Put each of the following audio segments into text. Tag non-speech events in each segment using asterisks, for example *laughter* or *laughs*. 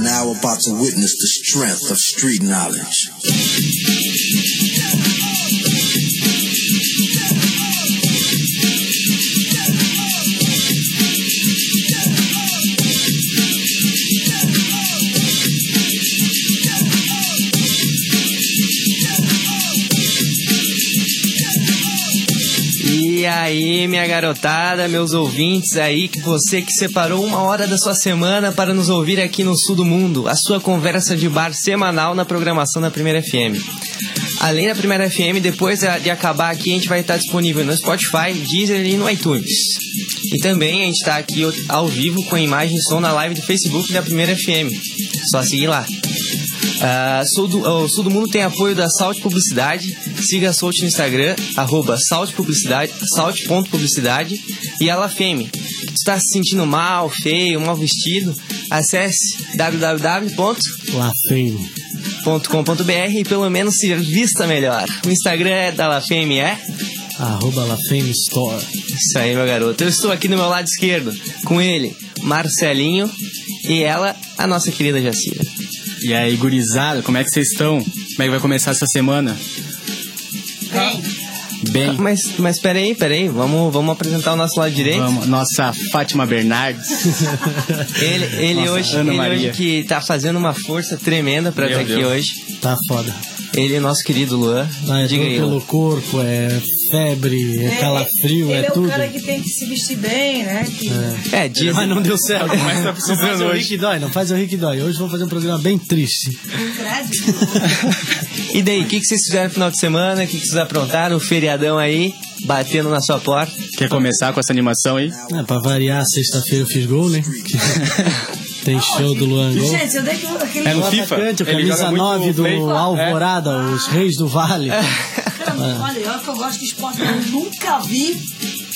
now about to witness the strength of street knowledge. E aí, minha garotada, meus ouvintes aí, que você que separou uma hora da sua semana para nos ouvir aqui no Sul do Mundo, a sua conversa de bar semanal na programação da Primeira FM. Além da Primeira FM, depois de acabar aqui, a gente vai estar disponível no Spotify, Deezer e no iTunes. E também a gente está aqui ao vivo com a imagem e som na live do Facebook da Primeira FM. Só seguir lá. Ah, Sul do, o Sul do Mundo tem apoio da Salt Publicidade. Siga a Salt no Instagram, arroba Salt Publicidade, salt.publicidade e a Lafeme. Está se sentindo mal, feio, mal vestido? Acesse www.com.br Lá feio. e pelo menos se vista melhor. O Instagram é da Lafeme, é? Arroba La Fame Store. Isso aí, meu garoto. Eu estou aqui no meu lado esquerdo com ele, Marcelinho, e ela, a nossa querida Jacira. E aí, gurizada, como é que vocês estão? Como é que vai começar essa semana? Bem. Bem. Ah, Mas, mas peraí, peraí, vamos, vamos apresentar o nosso lado direito. Vamos, nossa Fátima Bernardes. Ele, ele Nossa, hoje, Ana ele Maria. hoje que tá fazendo uma força tremenda pra Meu estar aqui Deus. hoje. Tá foda. Ele é nosso querido Luan. Lá é Diga tudo aí. pelo Luan. corpo, é febre, é, calafrio, ele é, é tudo. o cara que tem que se vestir bem, né? Que É, diz. Mas não deu certo. *laughs* Mas tá Não faz precisando o hoje. Rick Dói, não faz o Rick Dói. Hoje vamos fazer um programa bem triste. frase. *laughs* E daí, o que, que vocês fizeram no final de semana? O que, que vocês aprontaram? O feriadão aí, batendo na sua porta. Quer começar com essa animação aí? É, pra variar, sexta-feira eu fiz *laughs* gol, né? Tem show do Luan Gol. um- Gente, eu dei que- aquele É no O FIFA. atacante, o Ele camisa joga muito 9 do bem. Alvorada, É. os reis *laughs* do vale. cara, é. olha, eu que eu gosto de esporte, eu nunca vi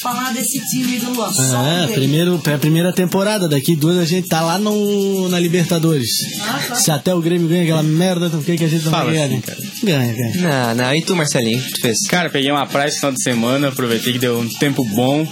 falar desse time do Luan. Só um É, dele. primeiro, é a primeira temporada. Daqui duas a gente tá lá no, na Libertadores. Ah, tá. Se até o Grêmio ganha aquela merda, por que, que a gente não Fala vai ganhar, assim, né? cara. Ganha, ganha. Não, não. E tu, Marcelinho, o que tu fez? Cara, peguei uma praia esse final de semana, aproveitei que deu um tempo bom.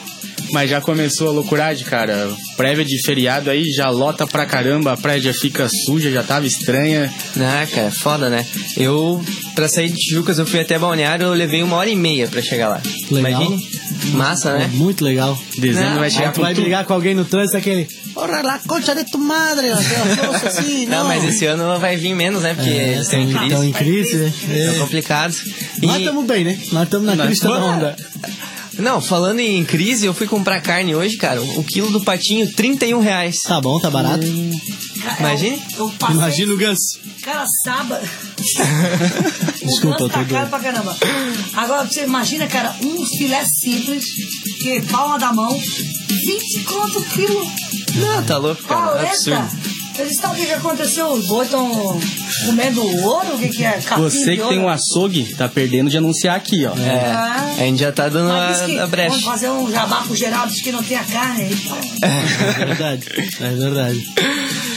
Mas já começou a loucuragem, cara. Prévia de feriado aí já lota pra caramba, a praia já fica suja, já tava estranha. Ah, cara, foda, né? Eu, pra sair de Tijucas, eu fui até Balneário, eu levei uma hora e meia pra chegar lá. Legal. É Imagine. Massa, né? Muito legal. Dezembro Não, vai Aí chegar tu com vai tudo. brigar com alguém no trânsito, aquele. Porra, lá, concha de tu madre, aquela força *laughs* assim, Não, mas esse ano vai vir menos, né? Porque É, eles estão em tão crise. em crise, né? Estão É. complicados. E- Nós estamos bem, né? Nós estamos na Nós crista da tamo- onda. *laughs* Não, falando em crise, eu fui comprar carne hoje, cara. O quilo do patinho, 31 *laughs* reais. Tá bom, tá barato. Cara, eu- imagine. Eu passei, Imagina o ganso. Cara, sábado. Desculpa, eu tô o ganso tá caro doido. pra caramba. Agora, você imagina, cara, um filé simples, que é palma da mão, 20 conto o quilo. É Não, tá louco, um cara. Pauleta! Absurdo. Eles estão o que, que aconteceu? Os bois estão comendo ouro? O que, que é? Capim Você de que tem ouro? um açougue, tá perdendo de anunciar aqui, ó. É, a gente já tá dando Mas diz que a, a Vamos brecha. fazer um jabá pro Geraldo, diz que não tem a carne. aí. *laughs* É verdade, é verdade.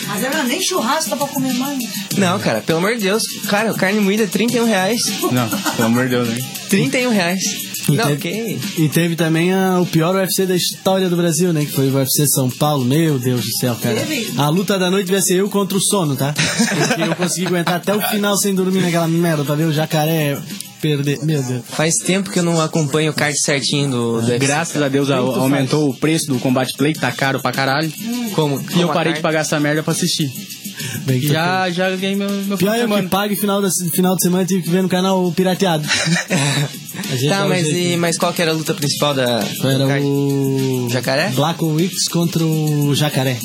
Mas ela nem churrasco dá pra comer mais. Não, cara, pelo amor de Deus. Cara, carne moída, é 31 reais. Não, pelo amor de Deus, né? 31 reais. E Não, teve- ok. E teve também a- o pior UFC da história do Brasil, né? Que foi o UFC São Paulo. Meu Deus do céu, cara. Teve? A luta da noite vai ser eu contra o sono, tá? Porque eu consegui aguentar até o final sem dormir naquela merda, pra ver o jacaré perder. Meu Deus. Faz tempo que eu não acompanho o card certinho do, É. do Graças a Deus a- aumentou o preço do Combate Play, que tá caro pra caralho. Como? E eu parei de pagar essa merda pra assistir. Bem que Já, já ganhei meu, meu fim Pior de é o que semana. paga e final, da, final de semana tive que ver no canal *laughs* pirateado. A gente é Tá, um mas, jeito. e, mas qual que era a luta principal da. do Era card? o. Jacaré? Blackwicks contra o Jacaré.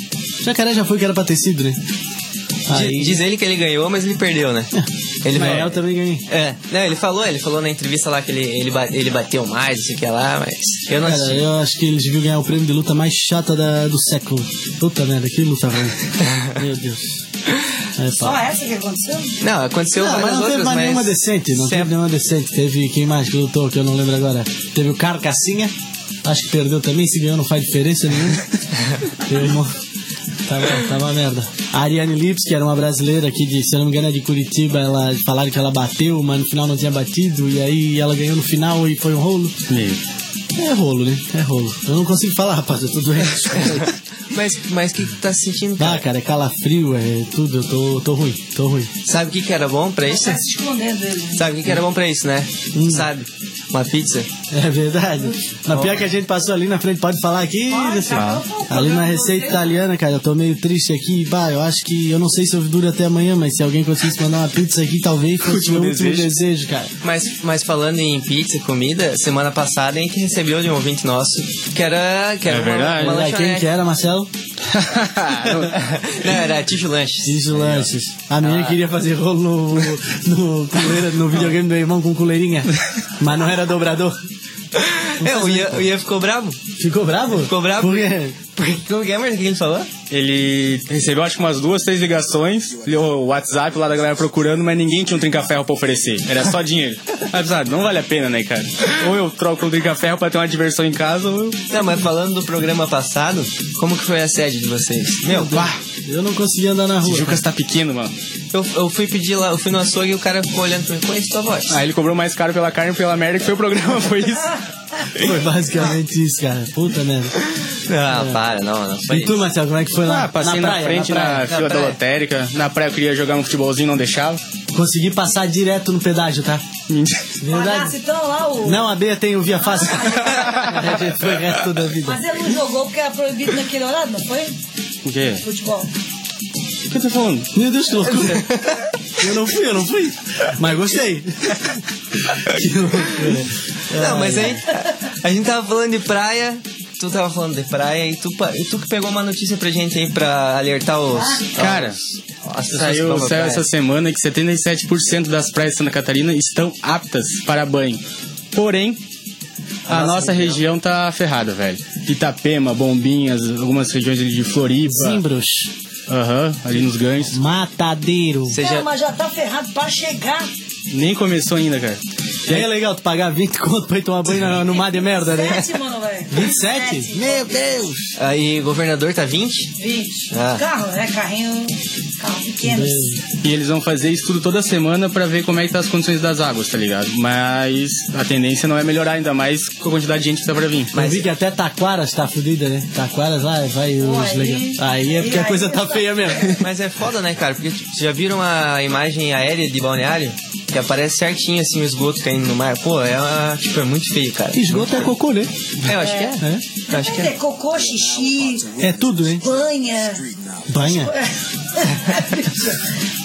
Jacaré já foi o que era pra ter sido, né? Di- Diz ele que ele ganhou, mas ele perdeu, né? Ele Mas falou- eu também ganhei. É, não, ele falou, ele falou na entrevista lá que ele, ele, ba- ele bateu mais, não sei o que lá, mas eu não Cara, assisti. eu acho que eles deviam ganhar o prêmio de luta mais chata da- do século. Puta merda, que luta ruim. *laughs* Meu Deus. É, Só pá. essa que aconteceu? Não, aconteceu Não, várias não teve outras, mais mas... nenhuma decente, não sempre- teve nenhuma decente. Teve quem mais que lutou, que eu não lembro agora. Teve o Carcassinha, acho que perdeu também, se ganhou não faz *laughs* diferença nenhuma. teve um... Tá bom, tá uma merda. A Ariane Lips, que era uma brasileira aqui de, se eu não me engano, é de Curitiba, ela falaram que ela bateu, mas no final não tinha batido, e aí ela ganhou no final e foi um rolo. *laughs* Meu. *laughs* É rolo, né? É rolo. Eu não consigo falar, rapaz, eu tô doente. Mas o mas que, que tu tá sentindo, Ah, cara? cara, é calafrio, é tudo. Eu tô, tô ruim, tô ruim. Sabe o que, que era bom pra isso? Tá se escondendo dele. Sabe o que, que era bom pra isso, né? Hum. Sabe? Uma pizza. É verdade. Na pior que a gente passou ali na frente, pode falar aqui? Pode, Luciano? tá. Vamos falar Ali na com Receita você. Italiana, cara, eu tô meio triste aqui. Bah, eu acho que. Eu não sei se eu duro até amanhã, mas se alguém conseguisse mandar uma pizza aqui, talvez fosse o meu último desejo. desejo, cara. Mas, mas falando em pizza e comida, semana passada a gente recebeu de um ouvinte nosso que era, que era É uma- verdade. uma, Olha, quem lanchonete. que é? era, Marcelo? *laughs* Não, era Tijo Lanches. Isso, lanches. A menina Ah. queria fazer rolo no, no, coleira- no videogame do meu irmão *laughs* com coleirinha, mas não era dobrador. É, o Ian, o Ian ficou bravo. Ficou bravo? Ficou bravo? Por quê? Porque como que é, Marcos, o que ele falou? Ele recebeu acho que umas duas, três ligações, o WhatsApp lá da galera procurando, mas ninguém tinha um trinca-ferro pra oferecer. Era só dinheiro. Aí sabe, não vale a pena, né, cara? Ou eu troco um trinca-ferro pra ter uma diversão em casa, ou eu... Não, mas falando do programa passado, como que foi a sede de vocês? Meu, pá, Eu não conseguia andar na Esse rua. Jucas tá pequeno, mano. eu, eu fui pedir lá, eu fui no açougue e o cara ficou olhando pra mim, conhece tua voz? Aí ele cobrou mais caro pela carne e pela merda que foi o programa, *laughs* foi isso? Foi basicamente isso, cara. Puta merda. Ah, para, não, não foi E tu, Marcelo, como é que foi lá? Ah, passei na, praia, frente, na, praia. praia. fila da lotérica. Na praia eu queria jogar um futebolzinho, não *laughs* deixava. Consegui passar direto no pedágio, tá? Palhaço, Verdade. então lá o. Não, a Bia tem o Via *laughs* Fácil. A gente foi o resto da vida. Mas ele não jogou porque era proibido naquele horário, não foi? O quê? Futebol. O que você tá falando? Meu Deus, que loucura. Eu não fui, eu não fui. Mas gostei. Que loucura. Não, mas aí a gente tava falando de praia, tu tava falando de praia e tu, pa- e tu que pegou uma notícia pra gente aí pra alertar os. Cara, os- as pessoas que vão Saiu, pra saiu praia. essa semana que 77% das praias de Santa Catarina estão aptas para banho. Porém, a, nossa nossa, região tá ferrada, velho. Itapema, Bombinhas, algumas regiões ali de Floripa. Zimbros, Aham, ali nos ganhos. matadeiro. Você já- Não, mas já tá ferrado pra chegar. Nem começou ainda, cara. E aí é legal tu pagar 20 conto pra ir tomar banho na- no mar de merda, né? Sete, mano, velho. 27? Meu Deus! Aí, governador tá 20? 20. Ah. Carro, né? Carrinho. Carro pequeno. E eles vão fazer isso tudo toda semana pra ver como é que tá as condições das águas, tá ligado? Mas a tendência não é melhorar ainda mais com a quantidade de gente que tá pra vir. Mas vi que até Taquaras tá fudida, né? Taquaras lá, vai os aí- legal. Aí é porque a aí coisa tá tá- feia mesmo. Mas é foda, né, cara? Porque tipo, já viram a imagem aérea de balneário? Que aparece certinho assim o esgoto caindo no mar. Pô, é uma, tipo, é muito feio, cara. Esgoto é cocô, né? É, eu acho que é. Eu acho que é. Tem cocô, xixi, É tudo, hein? banha. Banha.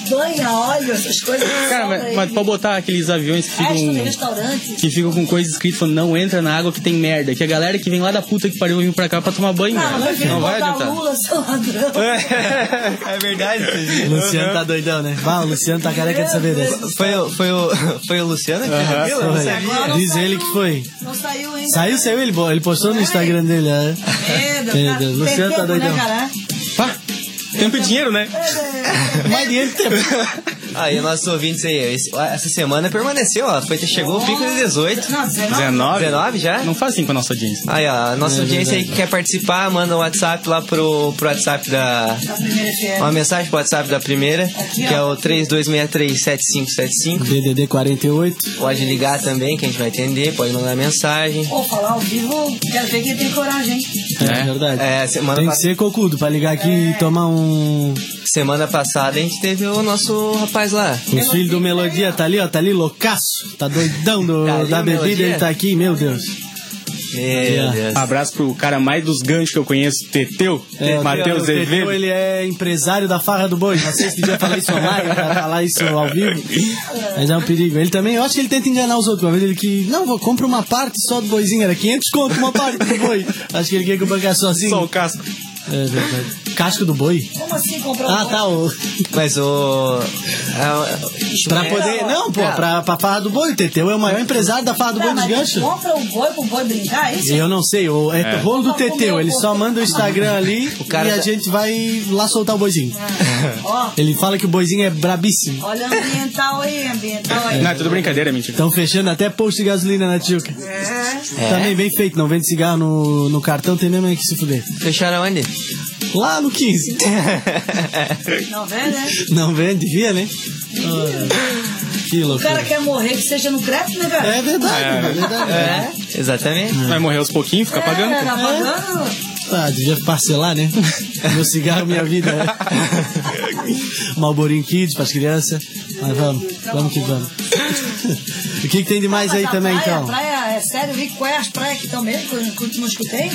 banha, óleo, essas coisas. Cara, mas, mas pode um- botar aqueles aviões que Resto de ficam. restaurante. que ficam com coisa escrita falando não entra na água que tem merda. Que a galera que vem lá da puta que pariu vir pra cá pra tomar banho. Ah, velho. mas vai não vai botar adiantar. Lula, seu ladrão. É verdade. O Luciano tá doidão, né? Bah, o Luciano tá careca de saber dessa. Foi, o- foi, o, foi o Luciano que viu? Eu não Foi. sabia. Agora não Diz saiu. ele que foi. Não saiu, hein? Saiu, saiu, ele, bo- ele postou no Instagram dele. né? É, Meu tá- Deus, tem Luciano tá tempo, doidão. Né, cara? É, Pá, tempo e dinheiro, né? *laughs* Mais dinheiro que tempo. Aí, nossos ouvintes aí, esse- essa semana permaneceu, ó. Foi, chegou o pico de 18. Não, 19. 19? 19 já? Não faz assim com a nossa audiência. Aí, ó, a nossa audiência aí que quer participar, manda um WhatsApp lá pro, pro WhatsApp da. Na primeira FM. Uma mensagem pro WhatsApp da primeira, que é o 32637575. DDD 48. Pode ligar também, que a gente vai atender, pode mandar mensagem. Pô, falar ao vivo, quero ver quem tem coragem, hein? É, É. verdade. É, semana, Tem que pa- ser cocudo pra ligar aqui e tomar um. semana passada a gente teve o nosso rapaz lá. Os filhos do Melodia tá ali, ó, tá ali loucaço. Tá doidão do- Tá ali da o bebida, Melodia? ele tá aqui, meu Deus. Meu Deus. Ah. Abraço pro cara mais dos ganchos que eu conheço, Teteu, É, o Matheus Teteu, Teteu, Azevedo. ele é empresário da farra do boi. Não sei se devia falar isso online, pra falar isso ao vivo. Mas é um perigo. Ele também, eu acho que ele tenta enganar os outros. Uma vez ele que, não, vou compra uma parte só do boizinho. Era 500 conto uma parte do boi. Acho que ele quer que eu bancar sozinho. Só o casco. É verdade. Casco do boi? Como assim comprar um Ah, monte? tá. O... Mas o. é, Pra é- poder. Não, pô, pra, pra farra do boi. O Teteu é o maior empresário da farra do boi Tá, dos mas ganchos. compra um boi pro boi brincar, é isso? Eu não sei, o é, rolo do Só comeu Teteu, ele o só boi. manda o Instagram ali cara e a tá- gente vai lá soltar o boizinho. É. Ó, Ele fala que o boizinho é brabíssimo. olha ambiental aí, ambiental aí. Não, é tudo brincadeira, é mentira. Estão fechando até posto de gasolina né, na Tijuca. É. Também bem feito, não vende cigarro no, no cartão, tem mesmo é que se fuder. Fecharam onde? Lá no 15. Não vê, né? Não vende, via, né? Ah, que O cara loucura. quer morrer que seja no crédito, né, *laughs* cara? É verdade, é verdade. É, *laughs* exatamente. Vai morrer aos pouquinhos, fica pagando. É, cara. tá pagando. Ah, devia parcelar, né? Meu cigarro, minha vida. É. Malborinho Kids pras crianças. Mas vamos, vamos que vamos. O que, que tem de mais aí a também, praia, então? A praia, é sério, vi qual é as praias aqui também, que eu que eu não escutei.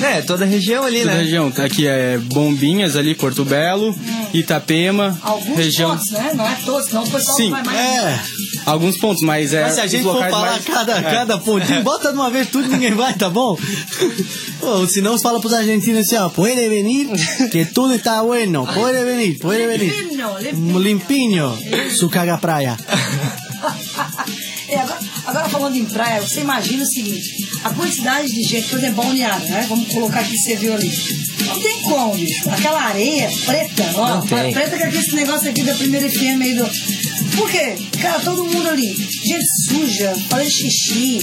É, toda a região ali, Toda a né? região, tá aqui é Bombinhas ali, Porto Belo, Itapema, Hum. Alguns região. pontos, né? Não é todos, não. O pessoal Sim, vai mais. É, Alguns pontos, mas é. mas se a os gente for locais falar mais- cada, é. cada *laughs* pontinho, bota de uma vez tudo ninguém vai, tá bom? *laughs* Ou se não, fala pros argentinos assim, ó, puede venir, que tudo está bueno, puede venir, puede venir. Limpinho, limpinho. Limpinho, su caga praia. *laughs* É, agora, agora falando em praia, você imagina o seguinte: a quantidade de gente, por exemplo, balneário, né? Vamos colocar aqui, você viu ali. Não tem como, bicho. Aquela areia preta, ó, Não tem. preta que é esse negócio aqui da primeira FM aí do. Por quê? Cara, todo mundo ali, gente suja, fazendo xixi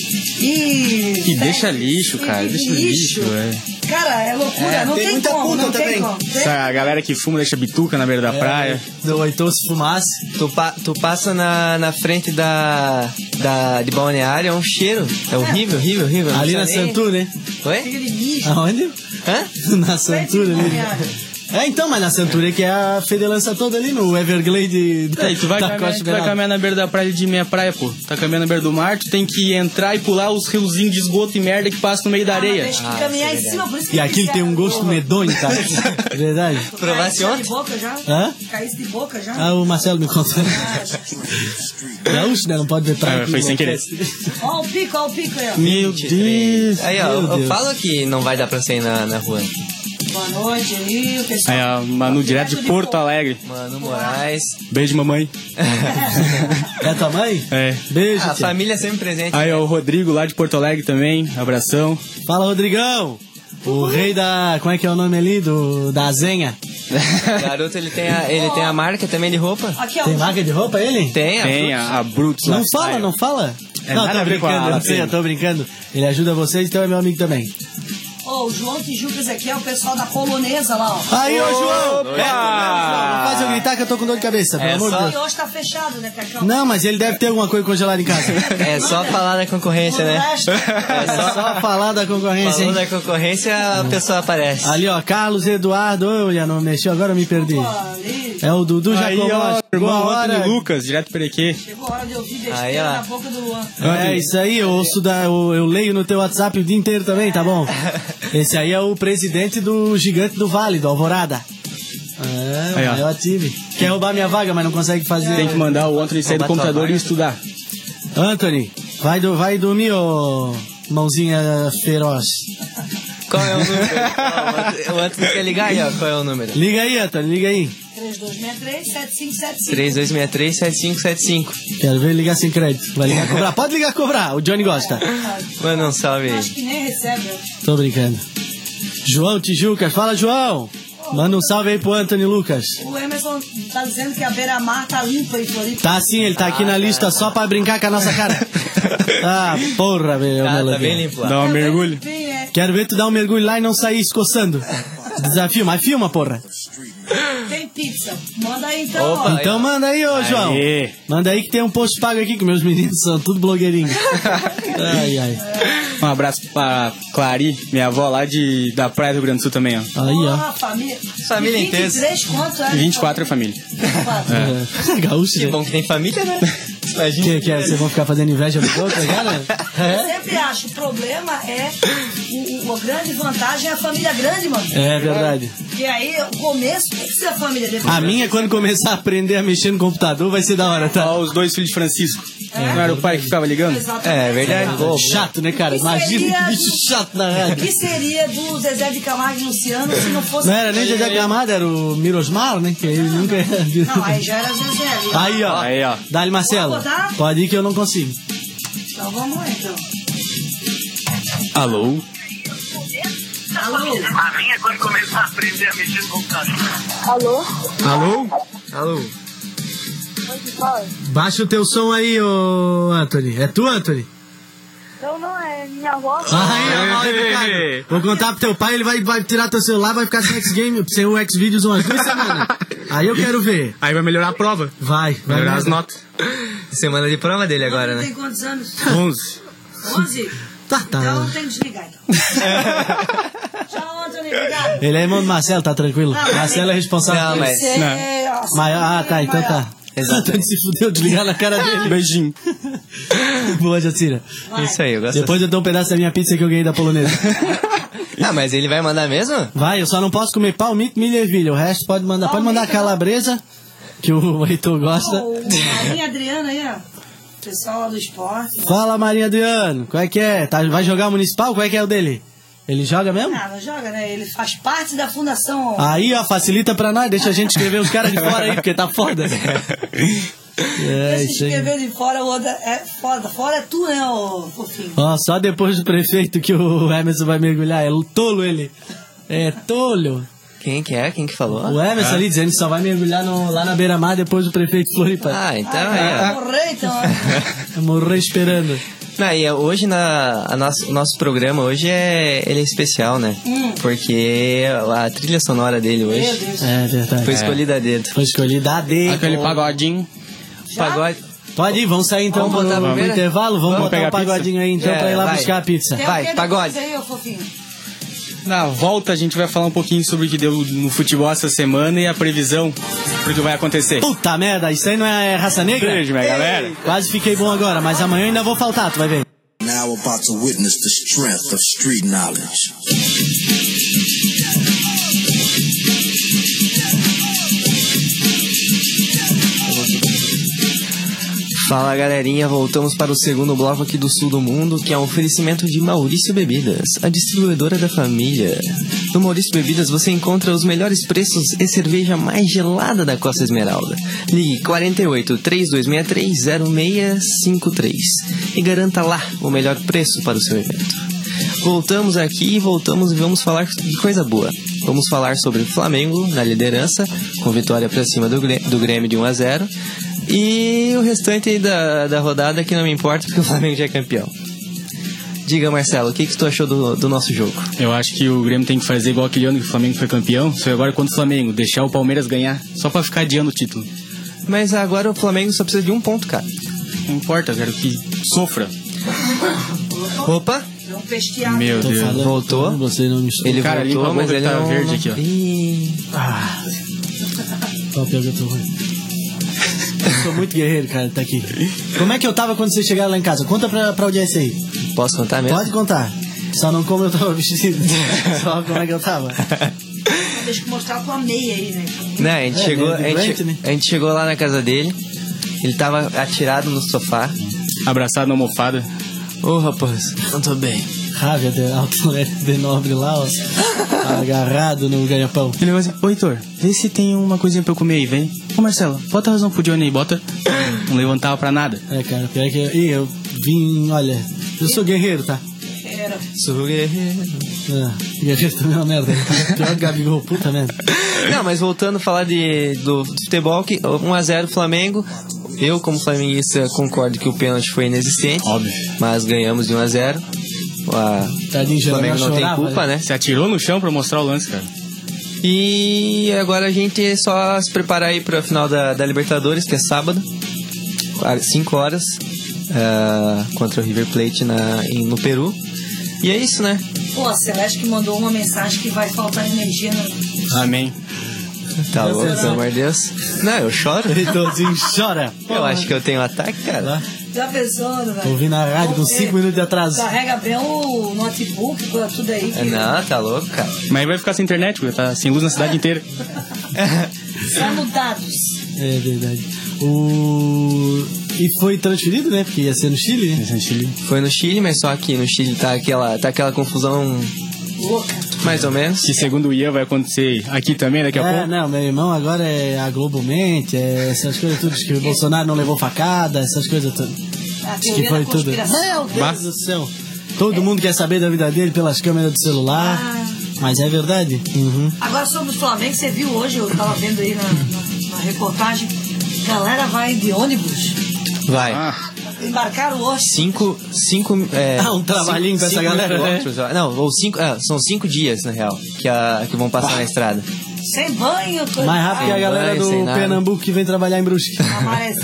e. Que deixa lixo, cara, deixa lixo, é. Cara, é loucura, É, não tem tem, muita como, puta não também. tem como. Tem- Essa galera que fuma deixa bituca na beira da praia. Ou então se fumasse. Tu, pa- tu passa na, na frente da, da de balneário, é um cheiro. É horrível, horrível, horrível. Ali Não na precisa nem- Santu, né? Oi? Aquele lixo. Aonde? *laughs* Hã? Na Ah, Santura ali. balneário. É, então, mas na Santura que é a fedelança toda ali no Everglade do- É, e tu vai, da caminhar, Costa tu vai Dourada. caminhar na beira da praia de meia praia, pô. Tá caminhando na beira do mar, tu tem que entrar e pular os riozinhos de esgoto e merda que passa no meio da Ah, areia. mas tem que caminhar em cima, por isso é que E aquilo tem um gosto medonho. medonho, *laughs* tá? Verdade. Provasse Caísse de ontem? boca já? Hã? Caísse de boca já? Ah, o Marcelo me contou. *laughs* Gaúcho, né? Não pode ver praia. Ah, aqui, foi sem não. querer. Ó o pico, ó o pico aí, ó. Meu Deus. Aí, ó, Meu eu, eu Deus. falo que não vai dar pra sair na, na rua. Boa noite aí, o pessoal. Aí, ó, Manu, direto de Porto Alegre. Mano *laughs* Moraes. Beijo, mamãe. É tua mãe? É. Beijo, A tia. família sempre presente. *laughs* Aí, ó, o Rodrigo lá de Porto Alegre também. Abração. Fala, Rodrigão. O rei da... Como é que é o nome ali? Do... Da Zenha. O garoto, ele tem, a, ele tem a marca também de roupa. Aqui, ó. Tem marca de roupa ele? Tem, a Tem fruta. a, a Brutus Não Lifestyle. fala, não fala? É não, nada tô a ver com a brincando, eu sei, Latina. eu tô brincando. Ele ajuda vocês, então é meu amigo também. Ó, o João que Jucas aqui é o pessoal da polonesa lá, ó. Aí, ô, João! Opa! É, Não, não faz eu gritar que eu tô com dor de cabeça, pelo É amor de só- Deus. E hoje tá fechado, né, Cacau? Ah. Não, mas ele deve ter alguma coisa congelada em *laughs* casa. É só falar da concorrência, né? É só falar da concorrência, Falando hein? da concorrência, a pessoa aparece. Ali, ó, Carlos Eduardo. Olha, não mexeu, agora eu me perdi. Ali, É o Dudu Aí, Jacomão. ó, chegou a irmão hora. Antônio Lucas, direto Perequê. chegou a hora de ouvir Aí, ó. besteira na boca do Luan. Tá É isso aí, eu ouço da, eu, eu leio no teu WhatsApp o dia inteiro também, tá *laughs* bom? Esse aí é o presidente do Gigante do Vale, do Alvorada. É, o Aí, ó. maior time. Quer roubar minha vaga, mas não consegue fazer. Tem que mandar o Anthony sair do computador e estudar. Anthony, vai, do, vai dormir, ô mãozinha feroz. Qual é o número? Ó, o Antônio quer ligar aí, ó. Qual é o número? Liga aí, Anthony, liga aí. 3263-7575. 3263-7575. Quero ver ele ligar sem crédito. Vai ligar cobrar. Pode ligar cobrar, o Johnny gosta. Manda um salve aí. Acho que nem recebe. ó. Tô brincando. João Tijucas, fala João! Manda um salve aí pro Anthony Lucas. O Emerson tá dizendo que a beira-mar tá limpa em Floripa. Tá sim, ele tá aqui Ah, na lista só pra brincar com a *laughs* nossa cara. Ah, porra, velho. Ah, tá melodia. bem limpo lá. Dá um mergulho. Bem, é. Quero ver tu dar um mergulho lá e não sair escoçando. Desafio, mas filma, porra. Tem pizza. Manda aí então, Opa. ó. Então manda aí, ô João. Aê. Manda aí que tem um post pago aqui, que meus meninos são tudo blogueirinhos. Ai, ai. Um abraço pra Clari, minha avó lá de, da Praia do Rio Grande do Sul também, ó. Aí, ó. Porra, família. Família E 23 quanto é? 24 é família. 24. É. *laughs* Gaúcho, Que né? bom que tem família, *laughs* né? Imagina. Que, que é, vocês vão ficar fazendo inveja do outro, tá cara? Eu sempre acho, o problema é. O, o- a grande vantagem é a família grande, mano. É verdade. E aí, o começo tem que ser a família depois. A minha, quando começar a aprender a mexer no computador, vai ser da hora, tá? Ó, os dois filhos de Francisco. Não era o pai que ficava ligando? Exatamente. É verdade. Ô, Chato, né, cara? Isso Imagina que seria- bicho chato na O rádio. que seria do Zezé de Camargo e Luciano se não fosse. Não era nem José Gramado, era o Mirosmar, né? Que ele nunca *laughs* era. Não, aí já era Zezé. né? Aí, ó. Aí, ó. Dali, Marcelo. Vou botar? Pode ir que eu não consigo. Então vamos lá, então. Alô? Alô? A minha quando começar a aprender a mexer no computador. Alô? Alô? Alô? Oi, que fala? Baixa o teu som aí, ô Anthony. É tu, Anthony? Ah, Não, não, é minha avó. Aí, ó, mal educado. é, Vou contar pro teu pai, ele vai, vai tirar teu celular, vai ficar sem X-Game, sem o X-Videos umas duas semanas. Aí eu quero ver. Aí vai melhorar a prova. Vai, vai. Melhorar as mesmo. notas. Semana de prova dele agora, Não né? tem quantos anos? 11. 11? Tá, tá. Então não tem que desligar, *laughs* então. Tchau, Johnny. Obrigado. Ele é irmão do Marcelo, tá tranquilo? Não, Marcelo é responsável Não, por mas- isso. Você Não. é assim, Maior, ah, tá, então maior. tá. Exatamente. Tanto se fudeu de ligar na cara dele. *laughs* Beijinho. Boa, Jacira. Vai. Isso é aí, eu gosto *laughs* Depois eu dou um pedaço da minha pizza que eu ganhei da polonesa. assim. Ah, mas ele vai mandar mesmo? Vai, eu só não posso comer palmito, milho e ervilha. O resto pode mandar. Pode mandar Palmito, não. calabresa, que o *laughs* Heitor gosta. Ó, o Marinho Adriano aí, ó. Pessoal lá do esporte. Fala, Maria Adriano. Qual é que é? Tá- vai jogar municipal? Qual é que é o dele? Ele joga mesmo? Ah, não joga, né? Ele faz parte da fundação. Aí, ó, facilita pra nós. Deixa a gente escrever os caras de fora aí, porque tá *laughs* foda. É, Esse isso aí. escreveu de fora, o outro é foda. Fora é tu, né, ô fofinho? Ó, só depois do prefeito que o Emerson vai mergulhar. É tolo ele. É tolo. Quem que é? Quem que falou? O Emerson ali dizendo que só vai mergulhar no- lá na beira-mar depois do prefeito Floripa. Ah, então Vai é. morrer, então. *laughs* Morrer esperando. Não, e é hoje na, a nosso, o nosso programa hoje é, ele é especial, né? Hum. Porque a trilha sonora dele Meu hoje Deus. É verdade. foi escolhida a dedo. Foi escolhida a D. Aquele pagodinho. Pagode. Pode ir, vamos sair então Vamos botar a pro, pro primeira? intervalo. Vamos, botar Vamos pegar um a pizza? pagodinho aí então É, pra ir lá vai. buscar a pizza. Tem Vai, alguém pagode. depois aí, ô fofinho? Na volta a gente vai falar um pouquinho sobre o que deu no futebol essa semana e a previsão pro que vai acontecer. Puta merda, isso aí não é raça negra? Beijo, minha galera. Quase fiquei bom agora, mas amanhã ainda vou faltar, tu vai ver. Now about to witness the strength of street knowledge. Fala galerinha, voltamos para o segundo bloco aqui do Sul do Mundo, que é um oferecimento de Maurício Bebidas, a distribuidora da família. No Maurício Bebidas você encontra os melhores preços e cerveja mais gelada da Costa Esmeralda. Ligue 48 3263 0653 e garanta lá o melhor preço para o seu evento. Voltamos aqui, voltamos e vamos falar de coisa boa. Vamos falar sobre o Flamengo na liderança, com vitória pra cima do, Grê- do Grêmio de 1 a 0 E o restante aí da, da rodada que não me importa, porque o Flamengo já é campeão. Diga, Marcelo, o que, que tu achou do, do nosso jogo? Eu acho que o Grêmio tem que fazer igual aquele ano que o Flamengo foi campeão. Só agora contra o Flamengo, deixar o Palmeiras ganhar, só pra ficar adiando o título. Mas agora o Flamengo só precisa de um ponto, cara. Não importa, quero que sofra. Opa, É um pesteado. Meu Tô Deus. falando, Voltou? Você não mistura. ele Cara, limpa a voltou, boca mas que ele tá não... verde aqui, ó. Ih, Ah. Qual pior que eu tô ruim? Eu sou muito guerreiro, cara, tá aqui. Como é que eu tava quando vocês chegaram lá em casa? Conta pra, pra audiência aí. posso contar mesmo? Pode contar. Só não como eu tava vestido. Só como é que eu tava. Deixa eu mostrar a tua meia aí, né? *laughs* Não, a gente, É, chegou, a, meio doente, gente, né? a gente chegou lá na casa dele, ele tava atirado no sofá. Abraçado na almofada. Ô rapaz, não tô bem. Rávia de alto né? de nobre lá, ó. Agarrado no ganha-pão. Ele vai assim, ô Heitor, vê se tem uma coisinha pra eu comer aí, vem. Ô Marcelo, bota a razão pro Johnny aí, bota. Não levantava pra nada. É, cara, pior que eu. Ih, eu vim, olha. Eu sou guerreiro, tá? Era. Sou guerreiro. É, guerreiro também é uma merda. Pior que Gabigol, puta merda. Não, mas voltando a falar de, do, do futebol, que 1x0 Flamengo. Eu, como flamenguista, concordo que o pênalti foi inexistente. Óbvio. Mas ganhamos de 1x0. Tadinho, O Flamengo Jeromel não tem chorava, culpa, né? Se atirou no chão pra mostrar o lance, cara. E agora a gente é só se preparar aí pra final da, da Libertadores, que é sábado, 5 horas, ah, contra o River Plate na, em- no Peru. E é isso, né? Pô, a Celeste que mandou uma mensagem que vai faltar energia né? no. Amém. Tá Meu louco, Deus. pelo amor de Deus. Não, eu choro. Heitorzinho chora. né? Eu acho que eu tenho ataque, cara. Já pensou, né, velho? Ouvi na rádio com cinco minutos de atraso. É Carrega bem o notebook, pô, tudo aí. que- Não, tá louco, cara. Mas vai ficar sem internet, porque tá sem luz na É. cidade inteira. Só no dados. É verdade. O. E foi transferido, né? Porque ia ser no Chile, né? Foi no Chile, mas só aqui no Chile tá aquela, tá aquela confusão Louca. mais ou menos. Que segundo o Ian vai acontecer aqui também daqui a É, pouco. não, meu irmão agora é a Globomente, é essas coisas tudo. Diz que o Bolsonaro não levou facada, essas coisas tudo. A Diz que teoria foi da tudo. conspiração. Meu Deus do céu. Todo mundo quer saber da vida dele pelas câmeras do celular. Mas é verdade. Uhum. Agora sobre o Flamengo, você viu hoje, eu tava vendo aí na, na- na reportagem, galera vai de ônibus, Vai. Ah, embarcaram hoje. Cinco. cinco é, Ah, um trabalhinho pra essa galera, né? quilômetros, ó. Não, ou cinco. ah, são cinco dias, na real, que, a, que vão passar na estrada. Sem banho, tô Mais rápido que Sem a é. galera banho, do sem nada. *laughs* Pernambuco que vem trabalhar em Brusque. Aparece.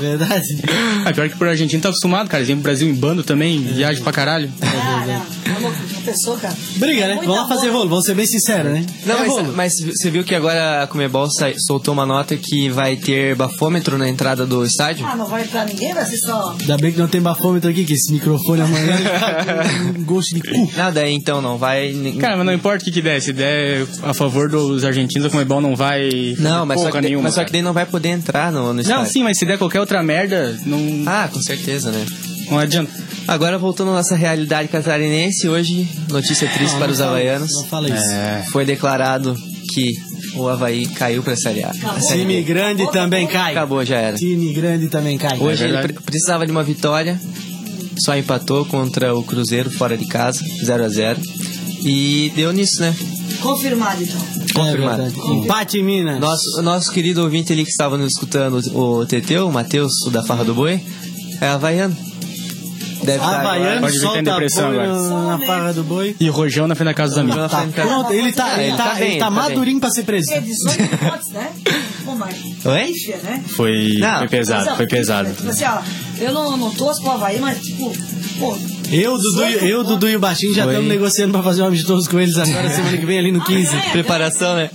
Verdade? Ah, pior que por argentino tá acostumado, cara. Eles vêm pro Brasil em bando também, viaja pra caralho. É Ah, não. Tá louco, já pensou, cara? Briga, né? Vamos lá fazer rolo, vamos ser bem sinceros, né? Não, é mas, rolo. mas você viu que agora a Comebol sai- soltou uma nota que vai ter bafômetro na entrada do estádio? Ah, não vai entrar ninguém, vai ser só. Ainda bem que não tem bafômetro aqui, que esse *laughs* microfone amanhã tá com um gosto de cu. Nada, então não vai. ni- Cara, mas não importa o que, que der, se der a favor dos argentinos, a Comebol não vai. Não, mas, só que, pouca daí- nenhuma. mas só cara. que daí não vai poder entrar no, no estádio. Não, sim, mas se der qualquer outra merda, não, Ah, com certeza, né? não adianta. Agora voltando à nossa realidade catarinense, hoje, notícia triste para os Não fala havaianos. É, isso, Não fala isso. É. Foi declarado que o Havaí caiu para a Série A. A Série Time B. grande também cai. Acabou, já era. Time grande também cai. Hoje É ele verdade. pre- precisava de uma vitória, só empatou contra o Cruzeiro fora de casa, 0 a 0 E deu nisso, né? Confirmado, então. confirmado. É verdade. Empate em Minas. Nosso, o nosso querido ouvinte ali que estava nos escutando, o TT, o Matheus, o da Farra do Boi, é havaiano. Deve estar tá agora- Ah, Havaiano Pode vir, tem solta a depressão boi agora. na, na farra do boi. E o Rojão na frente da casa dos amigos. Tá Tá frente da- pronto, ele tá, ele tá, bem, ele tá ele tá bem. madurinho pra ser preso. É 18 *laughs* votos, né? Pô, mas. Oi? Enfia, né? Foi, Não. foi pesado, Mas, foi ó, pesado. Tipo assim, ó, eu não, não torço pro Havaí, mas, tipo, pô. Eu, Dudu, e- eu, Dudu e o Baixinho já estamos negociando pra fazer um amistoso com eles agora, semana que vem ali no 15. Preparação, né?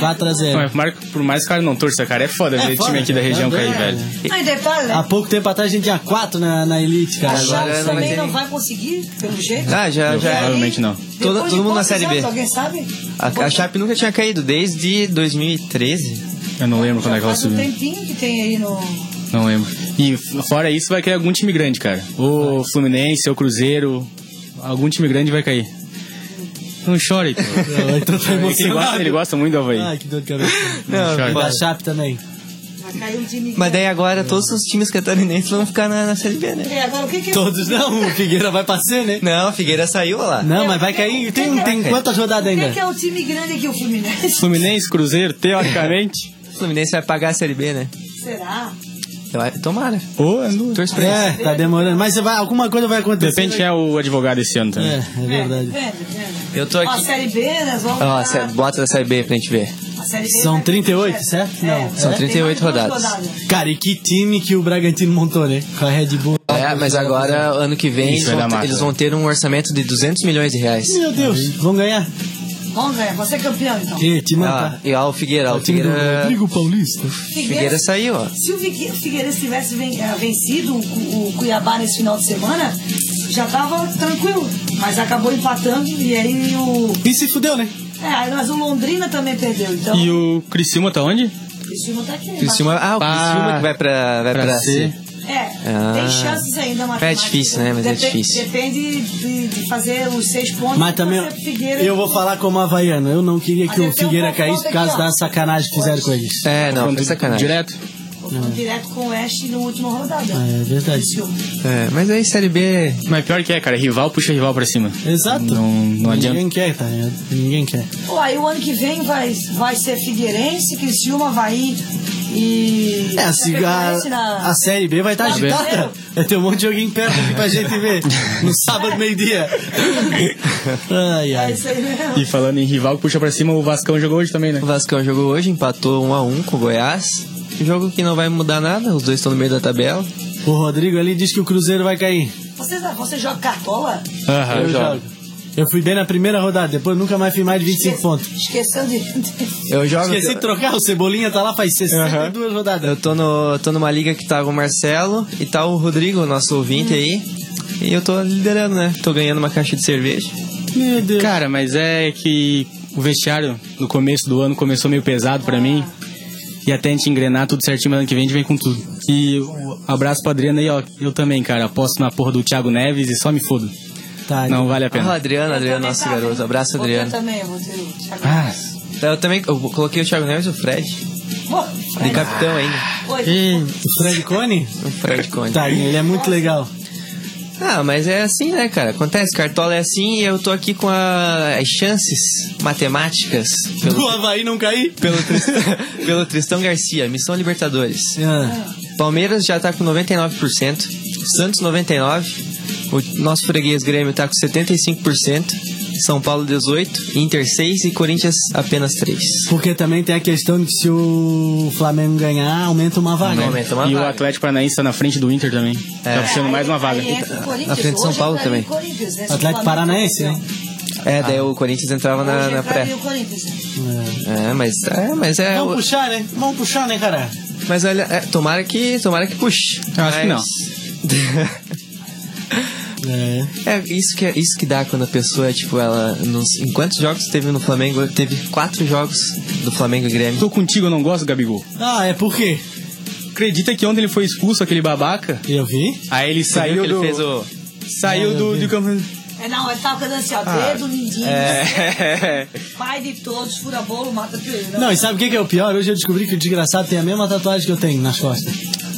4x0. Mas, Marco, por mais que o cara não torça, cara, é foda ver foda, time aqui da cara, região é cair, verdade. velho. Não, e detalhe, né? Há pouco tempo atrás a gente tinha 4 na, na Elite, A cara. agora Chaves não vai também ter não ninguém. vai conseguir, pelo jeito. Ah, já, Não, já. E É, aí, provavelmente não. depois Todo- de todo mundo na quantos Série B. anos, Alguém sabe? A, a Chape nunca tinha caído desde 2013. Eu não lembro quando é que ela Faz um subiu. tempinho que tem aí no. Não lembro. E f- fora isso, vai cair algum time grande, cara. Ou Fluminense, ou Cruzeiro. Algum time grande vai cair. Não chore, Heitor. Não, Heitor tá ele, gosta, emocionado. ele gosta muito do Havaí. Ai, que dor de cabeça. Não, e da mas- Chape também. Vai cair um time. Mas daí agora todos os times catarinenses vão ficar na, na Série B, né? E É, agora o que que. Todos não, o Figueira vai pra C, né? Não, Figueira saiu olha lá. Não, mas vai cair. Tem, tem quantas rodadas O que, ainda? que é o time grande aqui, o né? Fluminense? Fluminense, Cruzeiro, teoricamente. O Fluminense vai pagar a Série B, né? *laughs* Será? Vai- Tomara. Ou, não- Torce pra isso. É, tá demorando. Mas você vai, alguma coisa vai acontecer. Depende quem é o advogado esse É, ano também. é verdade. Vendo, vendo. Eu tô é. Ó, a aqui. Série B, né? Vamos Ó, dar- sé- bota da Série B pra gente ver. a Série B São vai- 38, certo? Não. É, São tem 38 mais duas rodadas. Cara, e que time que o Bragantino montou, né? Com a Red Bull. É, mas agora, ano que vem, Isso, eles vai vão, dar ter, massa. eles vão ter um orçamento de 200 milhões de reais. Meu Deus, vão ganhar. Vamos ver, você é campeão então. E, tá. te Ah, matar. e ó, o Figueira, o O time do Figueira, Rodrigo Paulista. Figueira saiu, ó. Se o Figue- Figueirense tivesse ven- eh, vencido o Cu- o Cuiabá nesse final de semana, já tava tranquilo. Mas acabou empatando e aí o. E se fudeu, né? É, mas o Londrina também perdeu. Então, E o Criciúma tá onde? o Criciúma tá aqui. Criciúma, ah, o Pá. Criciúma que vai pra, vai pra, Pra C. C. É, Ah. tem chances ainda, mas. É difícil, né? Mas é Depen- difícil. Depende de, de fazer os seis pontos. Mas também, pra ser Figueira- eu vou falar como havaiano. Eu não queria que Mas o eu tenho um Figueira uma foto caísse por causa aqui, ó. da sacanagem que fizeram com eles. É, não, foi sacanagem. Direto. Direto com o Oeste no último rodada. É verdade. Criciúma. É, mas aí Série B. Mas pior que é, cara. Rival puxa rival pra cima. Exato. Não, não adianta. Ninguém quer, tá? ligado? Ninguém quer. Pô, aí o ano que vem vai, vai ser Figueirense, Criciúma, Havaí e. É, assim, Chapecoense a, na- a Série B vai estar Tá agitada. Vai ter um monte de joguinho perto aqui pra gente ver. No sábado, meio-dia. Ai, É ai. isso aí mesmo. E falando em rival que puxa pra cima, o Vascão jogou hoje também, né? O Vascão jogou hoje, empatou 1x1 com o Goiás. Jogo que não vai mudar nada, os dois estão no meio da tabela. O Rodrigo ali diz que o Cruzeiro vai cair. Você, você joga cartola? Aham. Eu jogo. Eu fui bem na primeira rodada, depois nunca mais fiz mais de 25 pontos. Esqueceu de. Eu jogo. Esqueci de trocar, o Cebolinha tá lá faz 62 rodadas. Eu tô, no, tô numa liga que tá com o Marcelo e tá o Rodrigo, nosso ouvinte aí. E eu tô liderando, né? Tô ganhando uma caixa de cerveja. Meu Deus. Cara, mas é que o vestiário no começo do ano começou meio pesado pra mim. E até a gente engrenar tudo certinho, mas ano que vem a gente vem com tudo. E um abraço pra Adriana aí, ó. Eu também, cara. Aposto na porra do Thiago Neves e só me fodo. Tá, Não vale a Ah, o pena. Adriano, Adriano, nosso garoto. Abraço, Eu Adriano. também, vou ter o Thiago. Ah, Eu também eu coloquei o Thiago Neves e o Fred. Pô, De Fred, capitão ainda. oi. O Fred Cone? O Fred Conde. Tá, ele é muito legal. Ah, mas é assim, né, cara? Acontece, Cartola é assim e eu tô aqui com a- as chances matemáticas pelo, O Havaí não cair? pelo, Tristão, *laughs* pelo Tristão Garcia, Missão Libertadores. Ah, Palmeiras já tá com 99%, Santos 99%, o nosso freguês Grêmio tá com 75%, São Paulo 18, Inter 6 e Corinthians apenas 3. Porque também tem a questão de que se o Flamengo ganhar, aumenta uma vaga. Aumenta uma e o vaga. Atlético Paranaense tá na frente do Inter também. Tá puxando mais uma vaga. Aí entra o Corinthians, Na frente de São hoje Paulo entraria também. o Corinthians, né? Se o Atlético Flamengo Paranaense, né? É, daí o Corinthians entrava na, Ah. Hoje na entraria pré. tá o Corinthians, né? É, mas é, mas é, Vamos puxar, né? Vamos puxar, né, cara? mas olha, é, tomara que, tomara que puxe. Eu acho que É. *laughs* É isso que, isso que dá quando a pessoa, tipo, ela. Nos, em quantos jogos teve no Flamengo? Teve quatro jogos do Flamengo e Grêmio. Tô contigo, eu não gosto, Gabigol. Ah, é por quê? Acredita que ontem ele foi expulso, aquele babaca? Eu vi. Aí ele Você saiu viu que do... ele fez o. Saiu É, eu do, vi. do campo... É, não, ele tava cantando assim, ó, dedo mindinho, Ah, É. pai de todos, fura bolo, mata né? pelo. Não, e sabe o que que é o pior? Hoje eu descobri que o desgraçado tem a mesma tatuagem que eu tenho nas costas.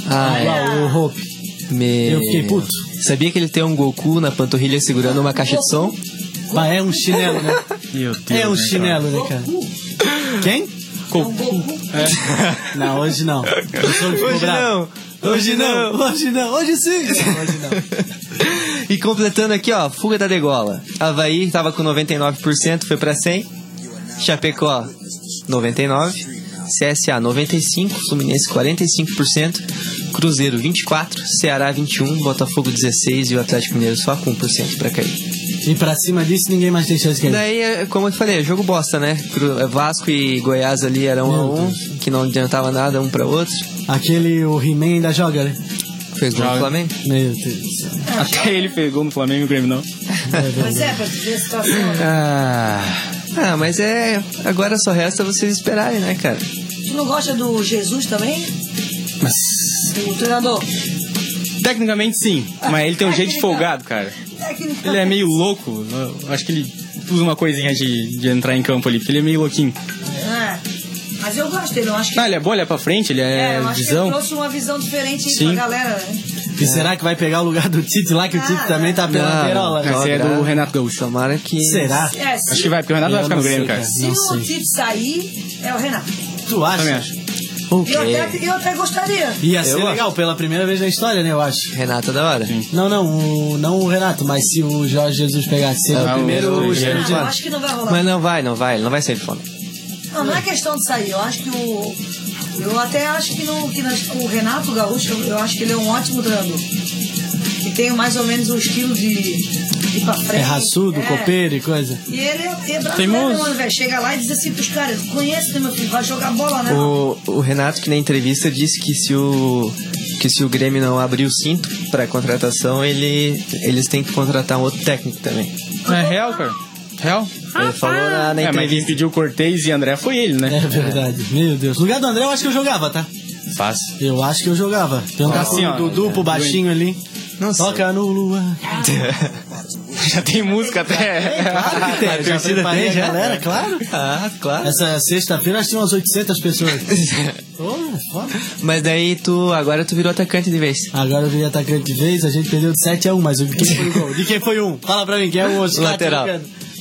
Ah, é. Lá, o Hope. Meu. Eu fiquei puto. Sabia que ele tem um Goku na panturrilha segurando uma caixa de som? Bah, é um chinelo, né? Meu Deus, É um né, chinelo, né, cara? Quem? É. Não, hoje não. Eu sou ficou Hoje bravo. não. Hoje Hoje não, não. hoje não, hoje sim. Não, hoje não. *laughs* e completando aqui, ó, fuga da degola. Havaí tava com 99%, foi pra 100. Chapecó, 99. CSA, 95. Fluminense, 45%. Cruzeiro, 24. Ceará, 21. Botafogo, 16. E o Atlético Mineiro só com 1% pra cair. E pra cima disso ninguém mais tem chance que ele. Daí, é, como eu falei, é jogo bosta, né? Cru- Vasco e Goiás ali eram 1 a 1 que não adiantava nada um pra outro. Aquele, o He-Man ainda joga, né? Fez gol do Flamengo. Meu Deus do céu. Até ele pegou no Flamengo e o Grêmio não. Pois é, pra tu ver a situação. né? Ah, ah, mas é. Agora só resta vocês esperarem, né, cara? Tu não gosta do Jesus também? O treinador. Tecnicamente sim, mas ele tem um jeito de folgado, cara. Técnico. Ele é meio louco. Eu acho que ele usa uma coisinha de, de entrar em campo ali, porque ele é meio louquinho. Ah, mas eu gosto dele, eu acho que. Ah, ele é bom, ele é pra frente, ele é, É, eu acho que ele visão. trouxe uma visão diferente aí Sim. pra galera. né? E será que vai pegar o lugar do Tite lá, que o Tite Ah, também tá pela É. Não, perola? Esse é do Renato Gaúcho. Tomara que. Será? É, se, Acho que vai, porque o Renato Eu vai ficar no não sei, Grêmio, cara. cara. se Não o sei. Tite sair, é o Renato. Tu Também acha? acho. O Eu, quê? até, eu até gostaria. Ia ser Eu legal, pela primeira vez na história, né, eu acho. Renata da hora. Não, não, o, não o Renato, mas se o Jorge Jesus pegasse, seria Ah, tá o o primeiro Jorge Ah, cheiro de eu acho que não vai rolar. Mas não vai, não vai, ele não vai sair de fome. Não, não é questão de sair. Eu acho que o. Eu até acho que, no, que nas- o Renato Gaúcho, eu, eu acho que ele é um ótimo treinador. Que tem mais ou menos o estilo de, de ir pra frente. É raçudo, É. copeiro e coisa. E ele é, é brasileiro, Teimoso. mano, velho. Chega lá e diz assim pros caras, conhece, né, meu filho? Vai jogar bola, né? O, o Renato, que na entrevista disse que se o. que se o Grêmio não abrir o cinto pra contratação, ele, eles têm que contratar um outro técnico também. É real, cara. Real? Ele falou na, na É, mas quem entrevista. pediu Cortez e André foi ele, né? É verdade. Meu Deus. No lugar do André, eu acho que eu jogava, tá? Fácil. Eu acho que eu jogava. Tem um Ah, assim, sim, ó. do duplo baixinho ali. Não sei. Toca no luar. *laughs* Já tem música *laughs* até. É, Claro que tem. A eu já torcida preparei tem, a já? galera, claro. Ah, claro. Essa sexta-feira acho que tinha umas 800 pessoas. Oh, foda. Mas daí tu. Agora tu virou atacante de vez. Agora eu virei atacante de vez, a gente perdeu de 7 a 1, mas de quem foi o gol? De quem foi um? Fala pra mim, quem é o outro? Lateral.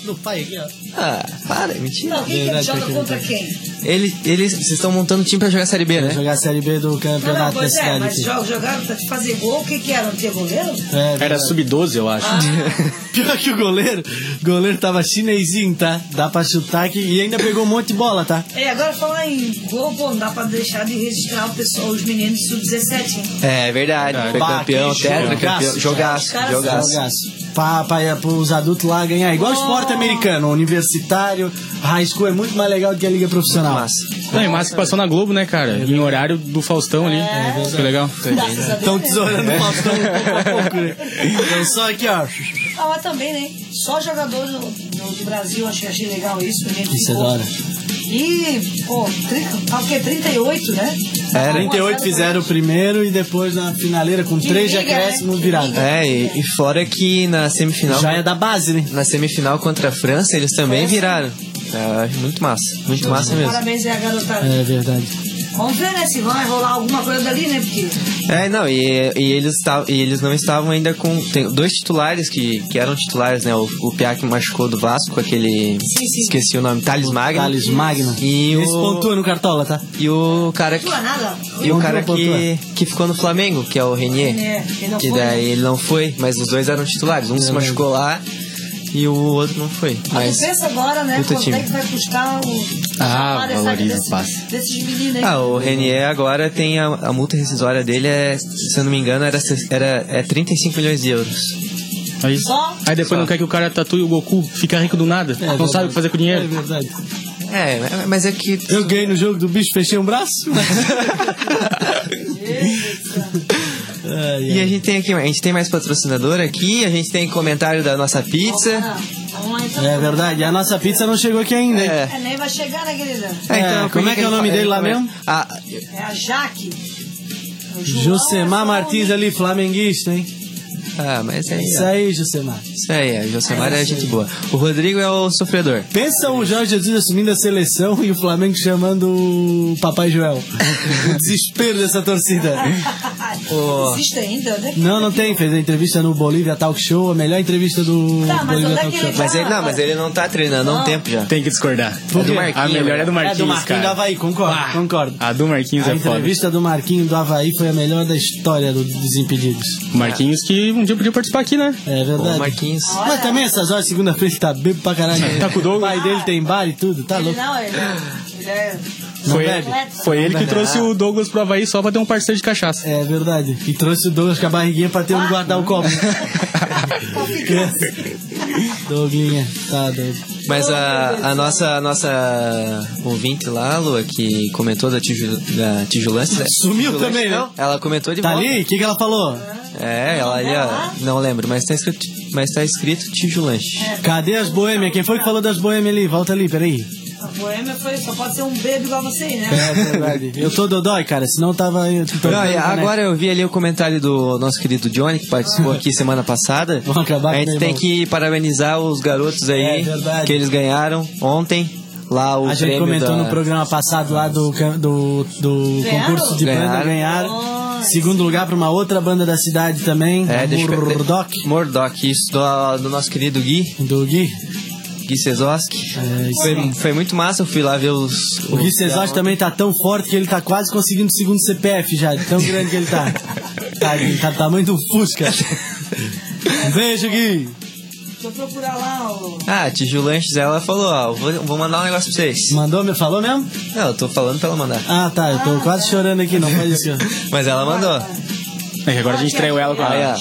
No pai aqui, ó. Ah, para, é mentira. Não, quem que ele verdade, joga tem que contra quem? Ele, eles vocês estão montando time pra jogar Série B, né? Jogar a Série B do Não, não, campeonato da pois é, cidade. mas aqui. joga, jogaram pra fazer gol, o que que era? Não tinha goleiro? É, Era verdade. sub-12, eu Ah, acho. *laughs* Pior que o goleiro, o goleiro tava chinesinho, tá? Dá pra chutar aqui e ainda pegou um monte de bola, tá? É, agora falar em gol, pô, não dá pra deixar de registrar o pessoal, os meninos do sub-17, hein? É verdade, foi Bah, campeão, que tetra, jogaço, campeão. Jogaço, cara. Tá. jogaço. Jogaço. Pra, pra, pros adultos lá ganhar. Igual o Oh. esporte americano, universitário, high school é muito mais legal do que a liga profissional. Massa. Não, e massa que passou na Globo, né, cara? Em horário do Faustão É, ali. Foi legal. Graças a Estão Deus. né? tesourando o Faustão um pouco a pouco, né? *laughs* Então só aqui, ó. Ah, mas também, né? Só jogador do, do, do Brasil, achei, achei legal isso. Gente, Isso é da hora. E, pô, tri- tá o quê? 38, né? É, 38 fizeram o primeiro e depois na finaleira com Que três de liga, né? acréscimo Que virado. liga. É, e, e fora que na semifinal. Já é da base, né? Na semifinal contra a França, eles também viraram. É, muito massa, muito massa mesmo. Parabéns aí a garotada. É verdade. Vamos ver, né? Se vai rolar alguma coisa dali, né? Porque É, não, e, e, eles, ta- e eles não estavam ainda com. Tem dois titulares que, que eram titulares, né? O, o Piá que machucou do Vasco, aquele. Sim, sim. Esqueci o nome, Thales Magno. Thales Magno. E Esse o, pontua no Cartola, tá? e o cara que. não é nada. E o cara Pontua, pontua. que, que ficou no Flamengo, que é o Renier. É, ele não Que foi. daí ele não foi, mas os dois eram titulares. Um se machucou lá e o outro não foi. Mas. Pensa agora, né? puta Quanto time. é que vai custar o. Ah, a dessa- valoriza o desse- passe. Desses meninos aí. Ah, o Renier agora tem a, a multa rescisória dele, é, se eu não me engano, era, ses- era é 35 milhões de euros. Aí, Só? aí depois não quer que o cara tatue o Goku, fica rico do nada, não sabe o que fazer com o É dinheiro. verdade. É, mas é *laughs* que. Eu ganhei no jogo do bicho, fechei um braço. *laughs* Ai, E ai. a gente tem aqui, a gente tem mais patrocinador aqui, a gente tem comentário da nossa pizza. Ah, vamos lá então. É verdade, a nossa pizza não chegou aqui ainda. hein? É. É, nem vai chegar, né, querida? É, então, É, por como é que é o ele nome fa- dele lá ele come- mesmo? Ah, É a Jaque. É o João, Josemar é o Martins nome. ali, flamenguista, hein? É. ah, mas é Isso isso. aí, Josemar. Isso aí, é, o Josemar é gente boa. O Rodrigo é o sofredor. Pensa o Jorge Jesus assumindo a seleção e o Flamengo chamando o Papai *laughs* Joel. o desespero dessa torcida. Ô. *laughs* Existe ainda? Onde é que- Não, não tem. Fez a entrevista no Bolívia Talk Show, a melhor entrevista do Tá, mas Bolívia onde é Talk que Show. ele Mas ele, não, mas ele não tá treinando há um tempo já. Tem que discordar. Por quê? A melhor é do Marquinhos, É do Marquinhos do cara. Havaí, concordo, Ah, concordo. A do Marquinhos A é foda. entrevista do Marquinhos do Havaí foi a melhor da história do- dos Impedidos. Marquinhos que um dia podia participar aqui, né? É O verdade. Marquinhos. Mas também essas horas, segunda-feira, ele tá bêbado pra caralho. Tá com o Douglas? pai dele tem bar e tudo, tá Ele louco. não, ele é. Ele é. Não Foi, bebe. foi ele que Não. trouxe o Douglas pro Havaí só pra ter um parceiro de cachaça. É verdade. E trouxe o Douglas com a barriguinha pra ter um guardar *laughs* o copo. Douglinha, tá doido. Mas a, a nossa, a nossa ouvinte lá, Lua, que comentou da, tiju, da tijulância. Sumiu tijulância, também, né? não, Ela comentou de Tá volta. ali? O que, que ela falou? É, ela ali, ó, não lembro, mas tá escrito, mas tá escrito tijulante. Cadê as boêmias? Quem foi que falou das boêmias ali? Volta ali, peraí. A boêmia foi, só pode ser um bebo igual você, né? É verdade. Eu tô dodói, cara, senão tava. eu tô Não, e dodói, né? agora eu vi ali o comentário do nosso querido Johnny, que participou aqui semana passada. Vamos acabar A com gente meu tem irmão. que parabenizar os garotos aí, É verdade. que eles ganharam ontem, lá o A gente prêmio comentou da- no programa passado lá do, can- do, do Ganharam? concurso de banda, Ganharam. ganharam. Segundo lugar pra uma outra banda da cidade também, É, deixa eu- Murdoch, Murdoch, isso, do, do nosso querido Gui, do Gui. Gui Sezoski. É, isso Foi, foi muito massa, eu fui lá ver os... O Gui Cesotti também tá tão forte que ele tá quase conseguindo o segundo CPF já, de tão grande que *laughs* ele tá. Tadinho, tá do tamanho do Fusca. Um Beijo, Gui. Deixa eu procurar lá o. Ah, a Tiju Lanches, ela falou, ó, vou, vou mandar um negócio pra vocês. Mandou, me falou mesmo? Não, eu tô falando pra ela mandar. Ah, tá, eu tô quase chorando aqui, não faz isso. Mas ela mandou. É que agora a gente traiu ela com Ah, a é.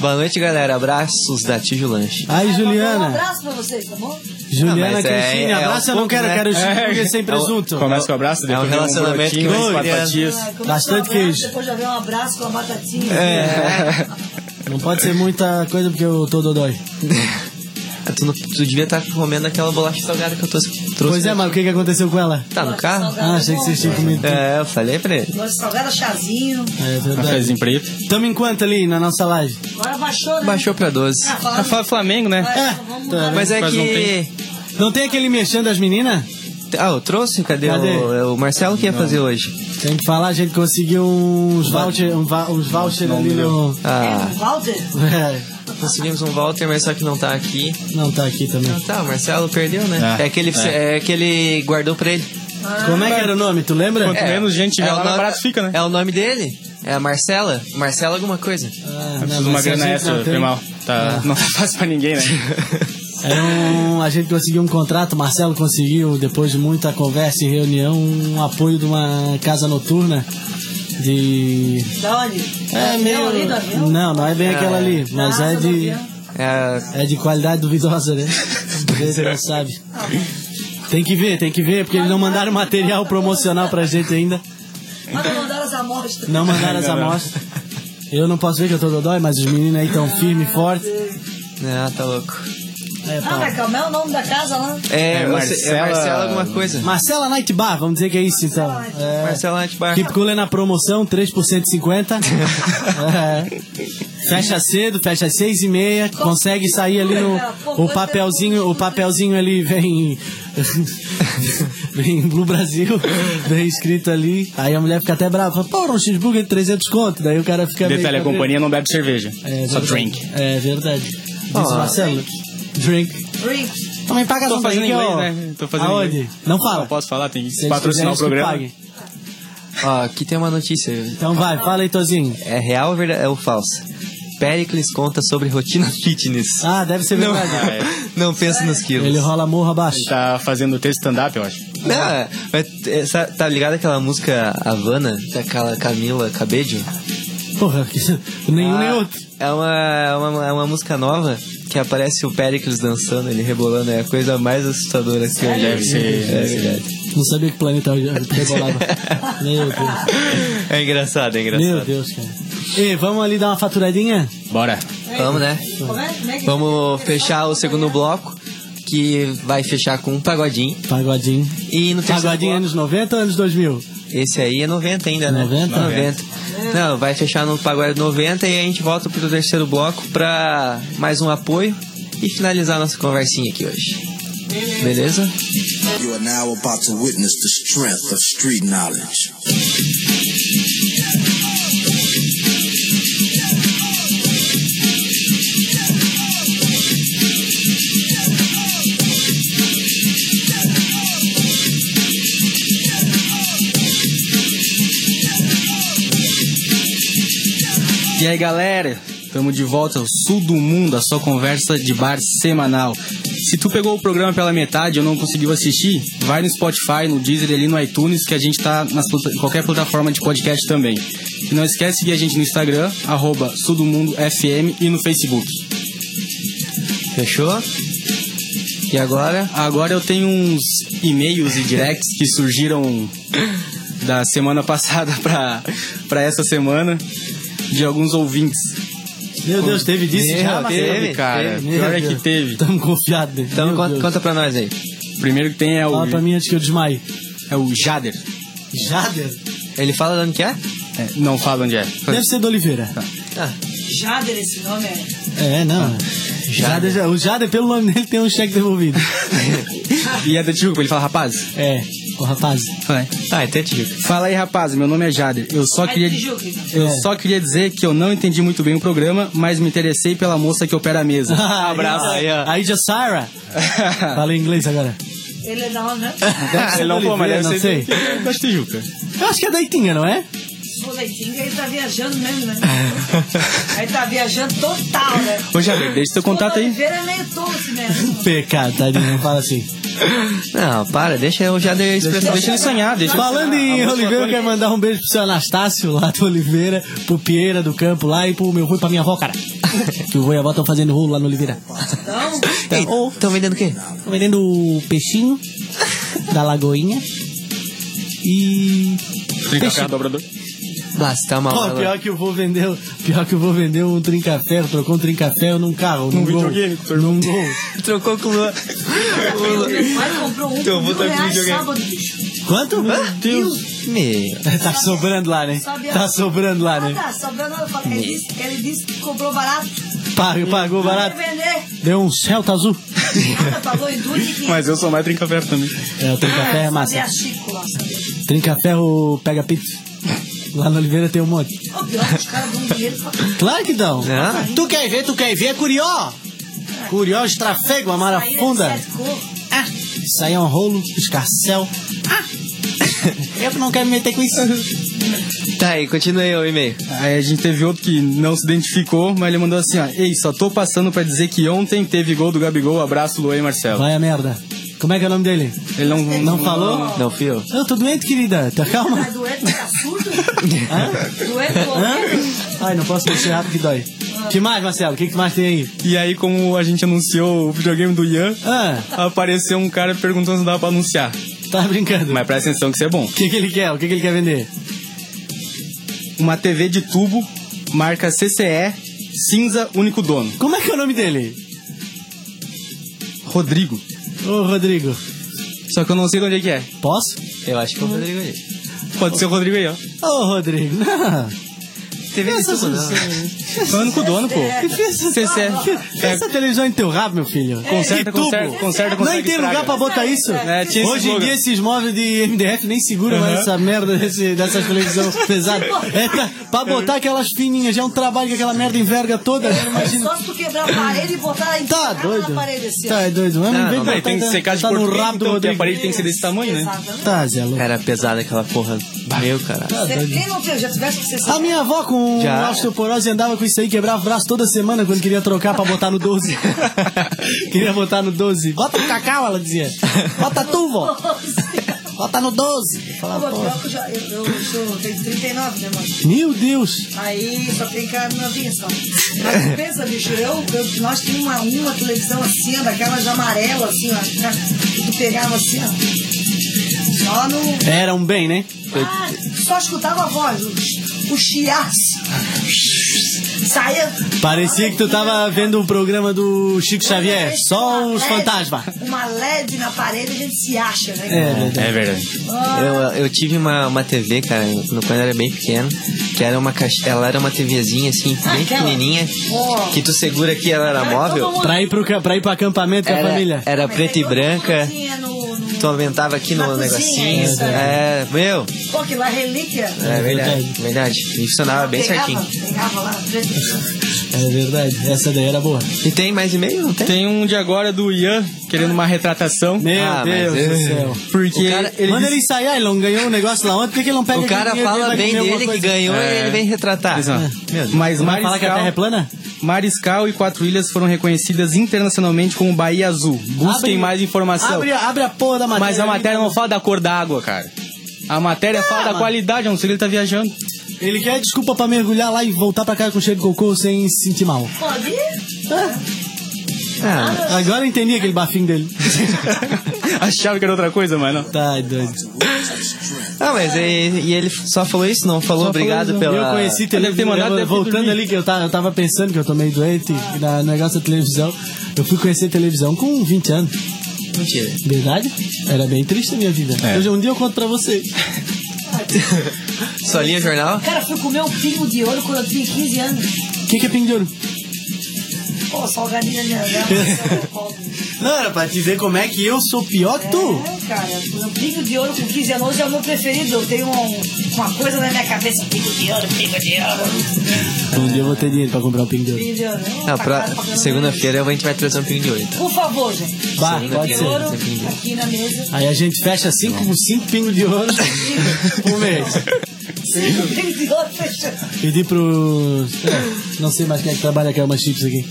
Boa noite, galera. Abraços da Tijo Lanche. Aí, Um Juliana. abraço pra vocês, tá bom? Não, Juliana mas é- Cristine, é abraço, eu aos não quero, eu quero poucos, o né? hambúrguer sem É o- presunto. Começa com o abraço, É um depois vem relacionamento brotinho, que vai mais quatro é. criando. fatias. Ah, começa Bastante um abraço, queijo. É. Depois já vem um abraço com a batatinha. assim, né? *laughs* Não pode ser muita coisa porque eu tô dodói. Ah, tu, não- tu devia estar comendo aquela bolacha salgada que eu trouxe. trouxe Pois é, mas o que, que aconteceu com ela? Tá no carro? Ah, achei que vocês tinham comido. É, eu falei pra ele. Nossa, salgada chazinho. É verdade. Cafézinho assim, preto. Tamo em quanto ali na nossa live? Agora baixou, né? Baixou pra 12. Ah, fala- Fala Flamengo, né? É, É, vamos tá, mudar. Mas é Mas não que. Não tem aquele mexendo das meninas? Ah, eu trouxe? Cadê, Cadê? O, é o Marcelo que ia fazer hoje? Tem que falar, a gente conseguiu uns voucher, um va- uns voucher ali no. Ah, É, Walter? *laughs* É, conseguimos um Walter, mas só que não tá aqui. não tá aqui também. Não tá, o Marcelo perdeu, né? É, É, aquele que ele, é. que ele guardou pra ele. Como é que era o nome? Tu lembra? Quanto menos gente tiver o lá, mais nome- barato fica, né? É o nome dele? É a Marcela? Marcela alguma coisa. Ah, Eu preciso de não, uma mas a grana gente não extra, tem. Ah. foi mal. Tá, Não tá fácil pra *laughs* ninguém, né? Era um- a gente conseguiu um contrato, o Marcelo conseguiu, depois de muita conversa e reunião, um apoio de uma casa noturna de. Da onde? Aquela É, ali do avião? É Não, não é bem aquela ali, mas Ah, é do de. avião. É a É de qualidade duvidosa, *laughs* né? Você não sabe. Tem que ver, tem que ver, porque eles não mandaram material promocional pra gente ainda. Mas não mandaram as amostras. Não mandaram as Não, não. amostras. Eu não posso ver que eu tô dodói, mas os meninos aí tão firme e forte. Ah, tá louco. É, Ah, pá. mas calma, é o nome da casa lá. É, É, eu sei- é Marcela- Marcela alguma coisa. Marcela Night Bar, vamos dizer que é isso então. É. Marcela Antibar. Keep Cooler na promoção, 3 por 150. é. Fecha cedo, fecha às 6 e meia, consegue sair ali no o papelzinho, o papelzinho ali vem vem Blue Brasil, vem escrito ali. Aí a mulher fica até brava, fala, pô, um cheeseburger de 300 conto, daí o cara fica meio Detalhe, a cabreiro. companhia não bebe cerveja. É Só verdade. drink. É verdade. Diz Ó, Marcelo. Drink. Drink. Também paga Tô não, fazendo um drink, inglês, ó. né? Tô fazendo Aonde? inglês. Não Não fala. posso falar, tem Se que eles patrocinar o quiserem, eles que programa. paguem. Ó, aqui tem uma notícia. Então vai, fala aí, Tozinho. É real ou verda- é ou falsa? Pericles conta sobre rotina *laughs* fitness. Ah, deve ser não, verdade. *laughs* não penso nos quilos. Ele é um rola morro abaixo. Tá fazendo texto stand-up, eu acho. Não, é, mas essa- tá ligado aquela música Havana, daquela Camila Cabedio? Porra, que- nenhum nem outro. É uma, é uma, é uma música nova que aparece o Pericles dançando, ele rebolando. É a coisa mais assustadora que eu já Deve vi. ser- É *laughs* verdade. Não sabia que planeta eu rebolava. Meu Deus. É engraçado, é Meu engraçado. Deus, cara. Ei, vamos ali dar uma faturadinha? Bora. Vamos, né? Como é? Como é que- Vamos fechar o segundo bloco, que vai fechar com um pagodinho. Pagodinho. E no terceiro Pagodinho bloco- anos 90 ou anos 2000? Esse aí é 90 ainda, né? 90? 90. Não, vai fechar no pagode 90 e a gente volta pro terceiro bloco pra mais um apoio e finalizar a nossa conversinha aqui hoje. Beleza? You are now about to witness the strength of street knowledge. E aí, galera? Estamos de volta ao Sul do Mundo, a sua conversa de bar semanal. Se tu pegou o programa pela metade ou não conseguiu assistir, vai no Spotify, no Deezer e ali no iTunes, que a gente tá nas plata- em qualquer plataforma de podcast também. E não esquece de seguir a gente no Instagram, arroba Sul do Mundo FM e no Facebook. Fechou? E agora? Agora eu tenho uns e-mails e directs que surgiram da semana *laughs* passada pra, pra essa semana de alguns ouvintes. Meu Deus, teve disso Meu já? Deus. Teve, cara. teve. Pior é Meu que Deus. teve. Tamo confiado. né? Então Meu conta, Deus. conta pra nós aí. Primeiro que tem é o, Fala pra mim antes que eu desmaie. é o Jader. Jader? Ele fala de onde que é? É, não *laughs* fala onde é. Deve ser do Oliveira. Ah, Jader, esse nome é. É, não. Jader, já- o Jader, pelo nome dele, tem um cheque devolvido. E é da Tijuca, ele fala, rapaz. é, o rapaz. Fala aí. tá, entendi. Fala aí, rapaz, meu nome é Jader. Eu só Aí queria. Tijuca. Eu É. só queria dizer que eu não entendi muito bem o programa, mas me interessei pela moça que opera *laughs* a mesa. abraço aí, *laughs* ó. *laughs* Aí, Jassara. Fala em inglês agora. Ele é da onde, né? Ele não Oliveira, foi, mas deve não ser sei. da Tijuca. Eu acho que é da Itinha, não é? Pô, da Itinga, ele tá viajando mesmo, né? É. Ele tá viajando total, né? Ô, Jader, deixa teu Pô, contato da aí. Oliveira é meio torto mesmo. Pecado, tadinho, não fala assim. *laughs* Não, para, deixa eu já dei a expressão. Deixa ele sonhar, deixa ele Falando sonhar. em A música Oliveira, eu foi- quero mandar um beijo pro seu Anastácio lá do Oliveira, pro Pieira do Campo lá e pro meu avô e pra minha avó, *laughs* cara. que o vô e a avó estão fazendo rolo lá no Oliveira. Então, Ou estão vendendo o quê? Estão vendendo o peixinho da Lagoinha. E. Trinca dobrador. Basta tá uma Pô, hora. pior que o vô vendeu. Pior que o vô vendeu um trincaferro, trocou um trincaferro num carro, num, gol. Um videogame, com seu irmão. Num gol. Trocou com o *laughs* Luan. O Luan. meu pai comprou um Então, por vou mil tá com reais videogame. sábado, bicho. Quanto? Meu. Tá sobrando lá, né? Sabe a- Tá sobrando lá, Ah, né? tá, sobrando, eu falei, ele disse, ele disse que comprou barato. Pagou, pagou Vai barato. vender. Deu um Celta azul. Nada, pagou em duas e quinze. Mas eu sou mais trinca ferro também. É, o trincaferro é E massa. a Chico lá, sabe? Trinca-ferro pega pizza. Lá no Oliveira tem um monte. Ô, pior, os caras dão dinheiro pra... Claro que dão. Ah. Tu quer ver, tu quer ver, é curió. Curió, estrafego, é amarafunda. Saída de sete cor. Ah, isso aí é um rolo, escarcel. Ah, *laughs* eu não quero me meter com isso. Tá aí, continua aí o e-mail. Aí a gente teve outro que não se identificou, mas ele mandou assim, ó. Ei, só tô passando pra dizer que ontem teve gol do Gabigol. Abraço, Luan e Marcelo. Vai a merda. Como é que é o nome dele? Ele não, não, Não falou? Não, fio. Eu tô doente, querida. Tá calma. Tá doente, tá surdo? Doente, pô. Hã? Ai, não posso mexer rápido que dói. que mais, Marcelo? O que, que mais tem aí? E aí, como a gente anunciou o videogame do Ian, Ah, apareceu um cara perguntando se dava pra anunciar. tá brincando. Mas presta atenção que isso é bom. O que, que ele quer? O que, que ele quer vender? Uma TV de tubo, marca CCE, cinza, único dono. Como é que é o nome dele? Rodrigo. Ô, Rodrigo. Só que eu não sei de onde é que é. Posso? Eu acho que eu vou ligar aí. Pode ser o Rodrigo aí, ó. Ô, *laughs* Rodrigo. Não. TV de Essas- tubo, não. É o único dono, pô. Que fez CCE. né? É, Essa televisão em teu rabo, ah, meu filho. Conserta, Que tubo. conserta, conserta, Nem conserta, tem estraga. lugar pra botar isso. É, tinha esse Hoje em slogan. dia esses móveis de MDF nem seguram mais essa merda desse, dessas *laughs* televisão pesada. É, pra, pra botar aquelas fininhas já é um trabalho que aquela merda enverga É, toda. né? Imagina. Só se tu quebrar a parede e botar a Tá entrada doido? na parede assim. ó. Tá doido. Mas Não, não, vem botar, Não, tem que tá- secar de tá no porquê, rabo do então, que a Rodrigo. parede tem que ser desse tamanho, né? Exatamente. Tá, Zé louco. Era pesada aquela porra. Meu, cara. Você- Quem não tem, já tivesse que ser A minha avó com um Já. osteoporose andava com isso aí, quebrava o braço toda semana quando queria trocar pra botar *laughs* no 12. queria botar no 12. Bota no cacau, ela dizia. Bota tu, vó. Bota no 12. Eu Pô, falava, pior pô. que eu, já, eu, eu sou, tenho 39, né, mano? Meu Deus. Aí só tem cara na atenção. É. Mas pensa, bicho, eu, eu- nós tínhamos uma, uma televisão assim, ó, daquelas amarelas, assim, ó, que tu pegava assim, ó. Só no. Era um bem, né? Ah, só escutava a voz, o, o chiaço. Saía. Parecia que tu tava vendo o programa do Chico Xavier. Só Uma os LED, fantasmas. Uma LED na parede, a gente se acha, É, né? verdade. É verdade. Eu, eu tive uma, uma TV, cara, no- quando eu era bem pequeno, que era uma caixa, ela era uma TVzinha assim, bem Aquela. pequenininha, Ó. que tu segura aqui, ela era móvel, Pra ir pro, ca- pra ir pro acampamento com a era, é. família. era preta e branca, No, tu aumentava aqui Na no cozinha, negocinho. isso aí. É, meu, Pô, que lá é relíquia. é verdade, verdade. verdade. E funcionava bem pegava, certinho. Pegava lá. É verdade. Essa daí era boa. E tem mais e-mail? Não tem? Tem um de agora do Ian querendo uma retratação. Meu Ah, mas Deus do eu- céu. Porque O cara- ele Manda disse- ele ensaiar, ele não ganhou um negócio lá ontem, por que que ele não pega O cara aquele dinheiro fala vai bem comer alguma dele que coisa? é. ganhou e É. ele vem retratar. Exato. Meu Deus. Mas Vai falar que a terra é Mariscal, plana? Mariscal e Quatro Ilhas foram reconhecidas internacionalmente como Bahia Azul. Busquem Abre- mais informação. Abre, abre a porra da matéria. então. né? Mas a ali. matéria não fala da cor da água, cara. A matéria fala da mano. qualidade, a não ser que ele tá *laughs* viajando. Ele quer desculpa pra mergulhar lá e voltar pra casa com cheiro de cocô sem se sentir mal. Pode Ah, Agora eu entendi aquele bafinho *laughs* dele. Achava que era outra coisa, mas não. Tá doido. ah, mas e, e ele só falou isso? Não falou obrigado Eu- pela. Eu conheci televisão. Deve ter mandado, eu- deve ter voltando dormido. ali que eu tava, eu tava pensando que eu tô meio doente na- no negócio da televisão. Eu fui conhecer televisão com 20 anos. Mentira. Verdade? Era bem triste a minha vida. É. Hoje um dia eu conto pra vocês. Só lia jornal? Cara, fui comer um pingo de ouro quando eu tinha 15 anos. O que, que é penduro? Pô, salgadinha *laughs* minha dama. Não, era pra te ver como é que eu sou pior que tu. É, cara, o pingo de ouro com 15 anos hoje é o meu preferido. Eu tenho um- uma coisa na minha cabeça: pingo de ouro, pingo de ouro. Um dia eu vou ter dinheiro pra comprar um penduro. Pingo de ouro. é uma Ah, pra- tacada pra caramba. Segunda-feira a gente vai trazer um pinho de oito. Por favor, gente. Bah, Pingo pode de ser, ouro pode ser pingo de ouro. aqui na mesa. Aí a gente fecha cinco com cinco pingos de ouro por mês. Pingo de ouro fechando. Pedi pro. Não sei mais quem é que trabalha com a Elma Chips aqui.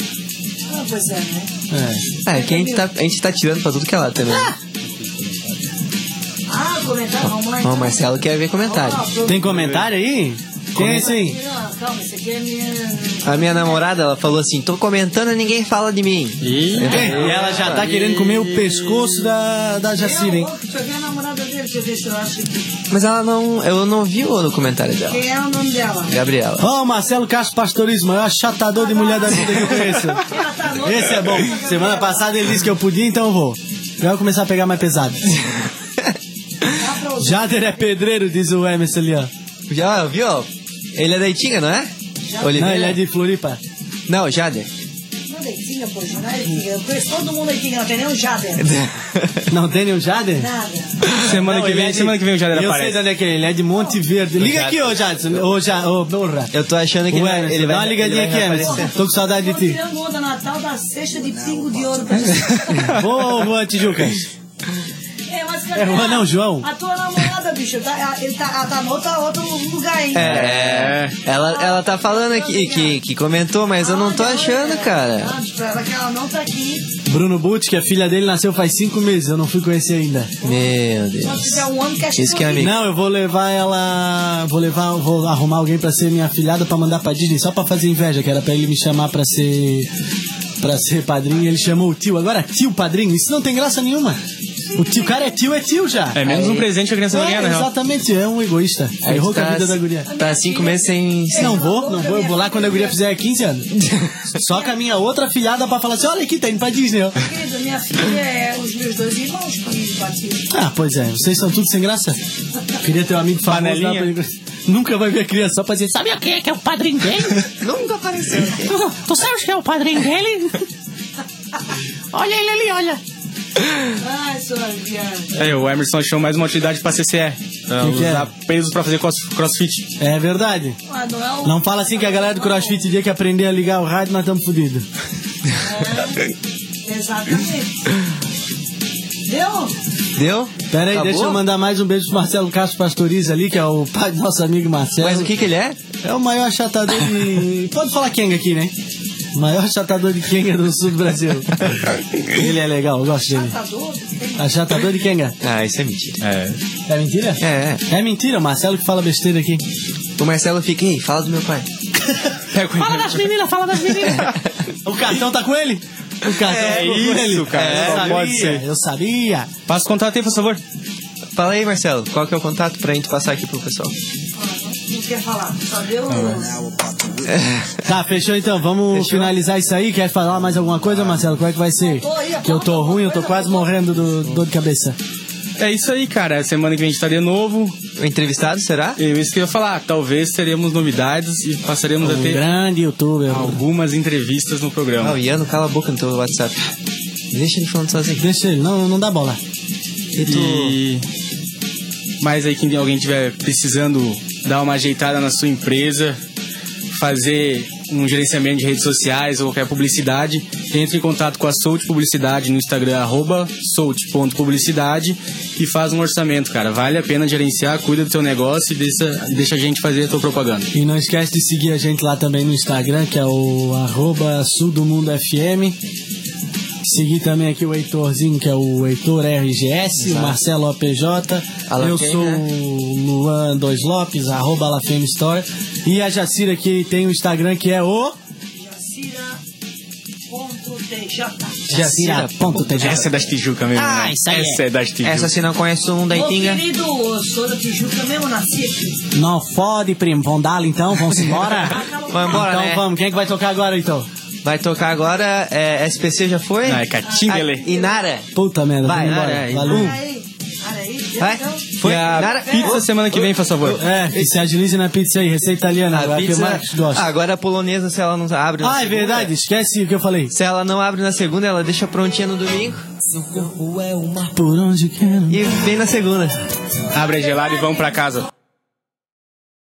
Ah, pois é, né? É. Ah, é que a gente, tá, a gente tá tirando pra tudo que é lá também. Ah, comentário, vamos lá. Ó, então. o Marcelo quer ver comentário. Vamos lá, pro- Tem comentário aí? Quem é esse aí? Não, calma, esse aqui é minha. A minha namorada, ela falou assim: tô comentando e ninguém fala de mim. E ela já tá querendo comer o pescoço da, da Jacira, hein? Não, Deixa eu ver a namorada dele, deixa eu ver se eu acho que. Mas ela não. Eu não vi o comentário dela. Quem é o nome dela? Gabriela. Ó, o Marcelo Castro Pastorismo, maior achatador de mulher da vida que eu conheço. Ela tá louca. Esse é bom. Semana passada ele disse que eu podia, então eu vou. Já vou começar a pegar mais pesado. Dá pra usar. Jader é pedreiro, diz o Emerson ali, ó. Já viu? Ele é da Itinga, não é? Não, ele Oliveira? é de Floripa. Não, Jader. Não é Itinga, pô, não é Itinga. Eu conheço todo mundo aqui, não tem nem o Jader. Não tem nenhum Jader? Nada. Semana Não, que ele vem, é de- semana que vem o Jader Eu sei de aparece. onde é que é, ele é de Monte Verde. Liga aqui, ô Jadson. Ô, ja, ô, porra. Eu tô achando que ele, Ô, vai- Emerson, ele vai. né? dá uma ligadinha ele vai aqui, Emerson. aparecer. Tô com saudade de Tô *laughs* ti. tirando onda Natal da cesta de pingo de ouro pra você. Ô, Juan Tijucas. É, mas É Juan, não, João. A tua namorada, bicho, tá, ela- ele tá, ela tá no outro, outro lugar, hein? *laughs* É, ela, ela tá falando aqui que, que comentou, mas eu não tô Ah, achando, é. cara. Ah, pra ela que ela não tá aqui. Bruno Butch, que a filha dele nasceu faz cinco meses, eu não fui conhecer ainda. Meu Só Deus. tiver um homem que acha Isso que é eu- amigo. Não, eu vou levar ela. Vou levar, vou arrumar alguém pra ser minha filhada pra mandar pra Disney só pra fazer inveja, que era pra ele me chamar pra ser. pra ser padrinho. E ele chamou o tio. Agora, tio padrinho, isso não tem graça nenhuma. O tio, o cara é tio, é tio já. É menos um presente que a criança vai ganhar, É, na real. exatamente, é um egoísta. Aí Ferrou com a tá- vida da guria. Tá cinco meses sem. sem- Não vou, não vou. Eu vou lá quando a guria fizer 15 anos. Só com a minha outra filhada pra falar assim: olha aqui, tá indo pra Disney. ó. Querida, minha filha é os meus dois irmãos comigo, batido. Ah, pois é, vocês são tudo sem graça. Eu queria ter um amigo famoso lá pra... Panelinha. Nunca vai ver a criança, só pra dizer, sabe o que que é o padrinho dele? Nunca apareceu. tu, tu sabe o que é o padrinho dele? olha ele ali, olha. Ai, sua viagem. É, o Emerson achou mais uma utilidade pra CCE. Então, Que que é? usar peso pra fazer cross- crossfit. É verdade. Ah, não é o- Não fala assim que a galera do CrossFit dia que aprender a ligar o rádio, nós estamos fodidos. É, exatamente. Deu? Deu? Pera aí, Acabou? deixa eu mandar mais um beijo pro Marcelo Castro Pastoriz ali, que é o pai do nosso amigo Marcelo. Mas o que que ele é? É o maior achatador de. Pode falar Kenga aqui, né? Maior achatador de Kenga do sul do Brasil. ele é legal, eu gosto dele. Computador, tem- Achatador de Kenga. Ah, isso é mentira. É. É mentira? É, é. É mentira, o Marcelo que fala besteira aqui. O Marcelo fica, ei, fala do meu *laughs* pai. Pega o das meninas, fala das meninas. o cartão tá com ele? O cartão É ficou com isso, ele. É, cara, eu só sabia, pode ser. Eu sabia. Passa o contato aí, por favor. Fala aí, Marcelo, qual que é o contato pra gente passar aqui pro pessoal? Não quer falar, só deu. Tá, fechou então. Vamos Fechou? finalizar isso aí. Quer falar mais alguma coisa, Marcelo? Como é que vai ser? Tô aí, Que eu tô fala ruim, eu tô alguma quase coisa. morrendo do dor de cabeça. É isso aí, cara. Semana que vem a gente tá de novo. O entrevistado, será? E isso que eu ia falar. Talvez teremos novidades e passaremos a Um ter grande youtuber. Ah, algumas entrevistas no Ah, o programa. Iano, cala a boca no teu WhatsApp. Deixa ele falando sozinho. Deixa ele, não, não dá bola. E tu... E... Mas aí, quem alguém tiver precisando dar uma ajeitada na sua empresa, fazer um gerenciamento de redes sociais ou qualquer publicidade, entre em contato com a Solt Publicidade no Instagram, arroba solt.publicidade e faz um orçamento, cara. Vale a pena gerenciar, cuida do seu negócio e deixa, deixa a gente fazer a tua propaganda. E não esquece de seguir a gente lá também no Instagram, que é o arroba sul do mundo FM. Seguir também aqui o Heitorzinho, que é o Heitor RGS, o Marcelo OPJ. Alafem, eu sou né? o Luan Dois Lopes, arroba Alafem Store. E a Jacira que tem o Instagram que é o Jacira.tj. Jacira.tj. Essa é da Tijuca mesmo. Ah, né? isso aí Essa é. é, da Tijuca. Essa se não conhece o mundo da Ô, Itinga. querido, sou da Tijuca mesmo, nasci aqui. Não fode, primo. Vão dar então? Vamos *laughs* embora? Vamos embora, então né? vamos. Quem é que vai tocar agora, então? Vai tocar agora, é, SPC já foi? Ah, é Catinguele. Ah, Inara. Puta merda, Vai, vamos vai, vai. embora. Valeu. Aí, olha aí, Vai? então. Foi? E a Inara? pizza semana que vem, faz favor. É, que se agilize na pizza aí, receita italiana, A agora que o Marcos Ah, pizza... gosta. Agora a polonesa, se ela não abre na Ah, é segunda- verdade, esquece o que eu falei. Se ela não abre na segunda, ela deixa prontinha no domingo Por onde quero. e vem na segunda. Abre a gelada e vamos pra casa.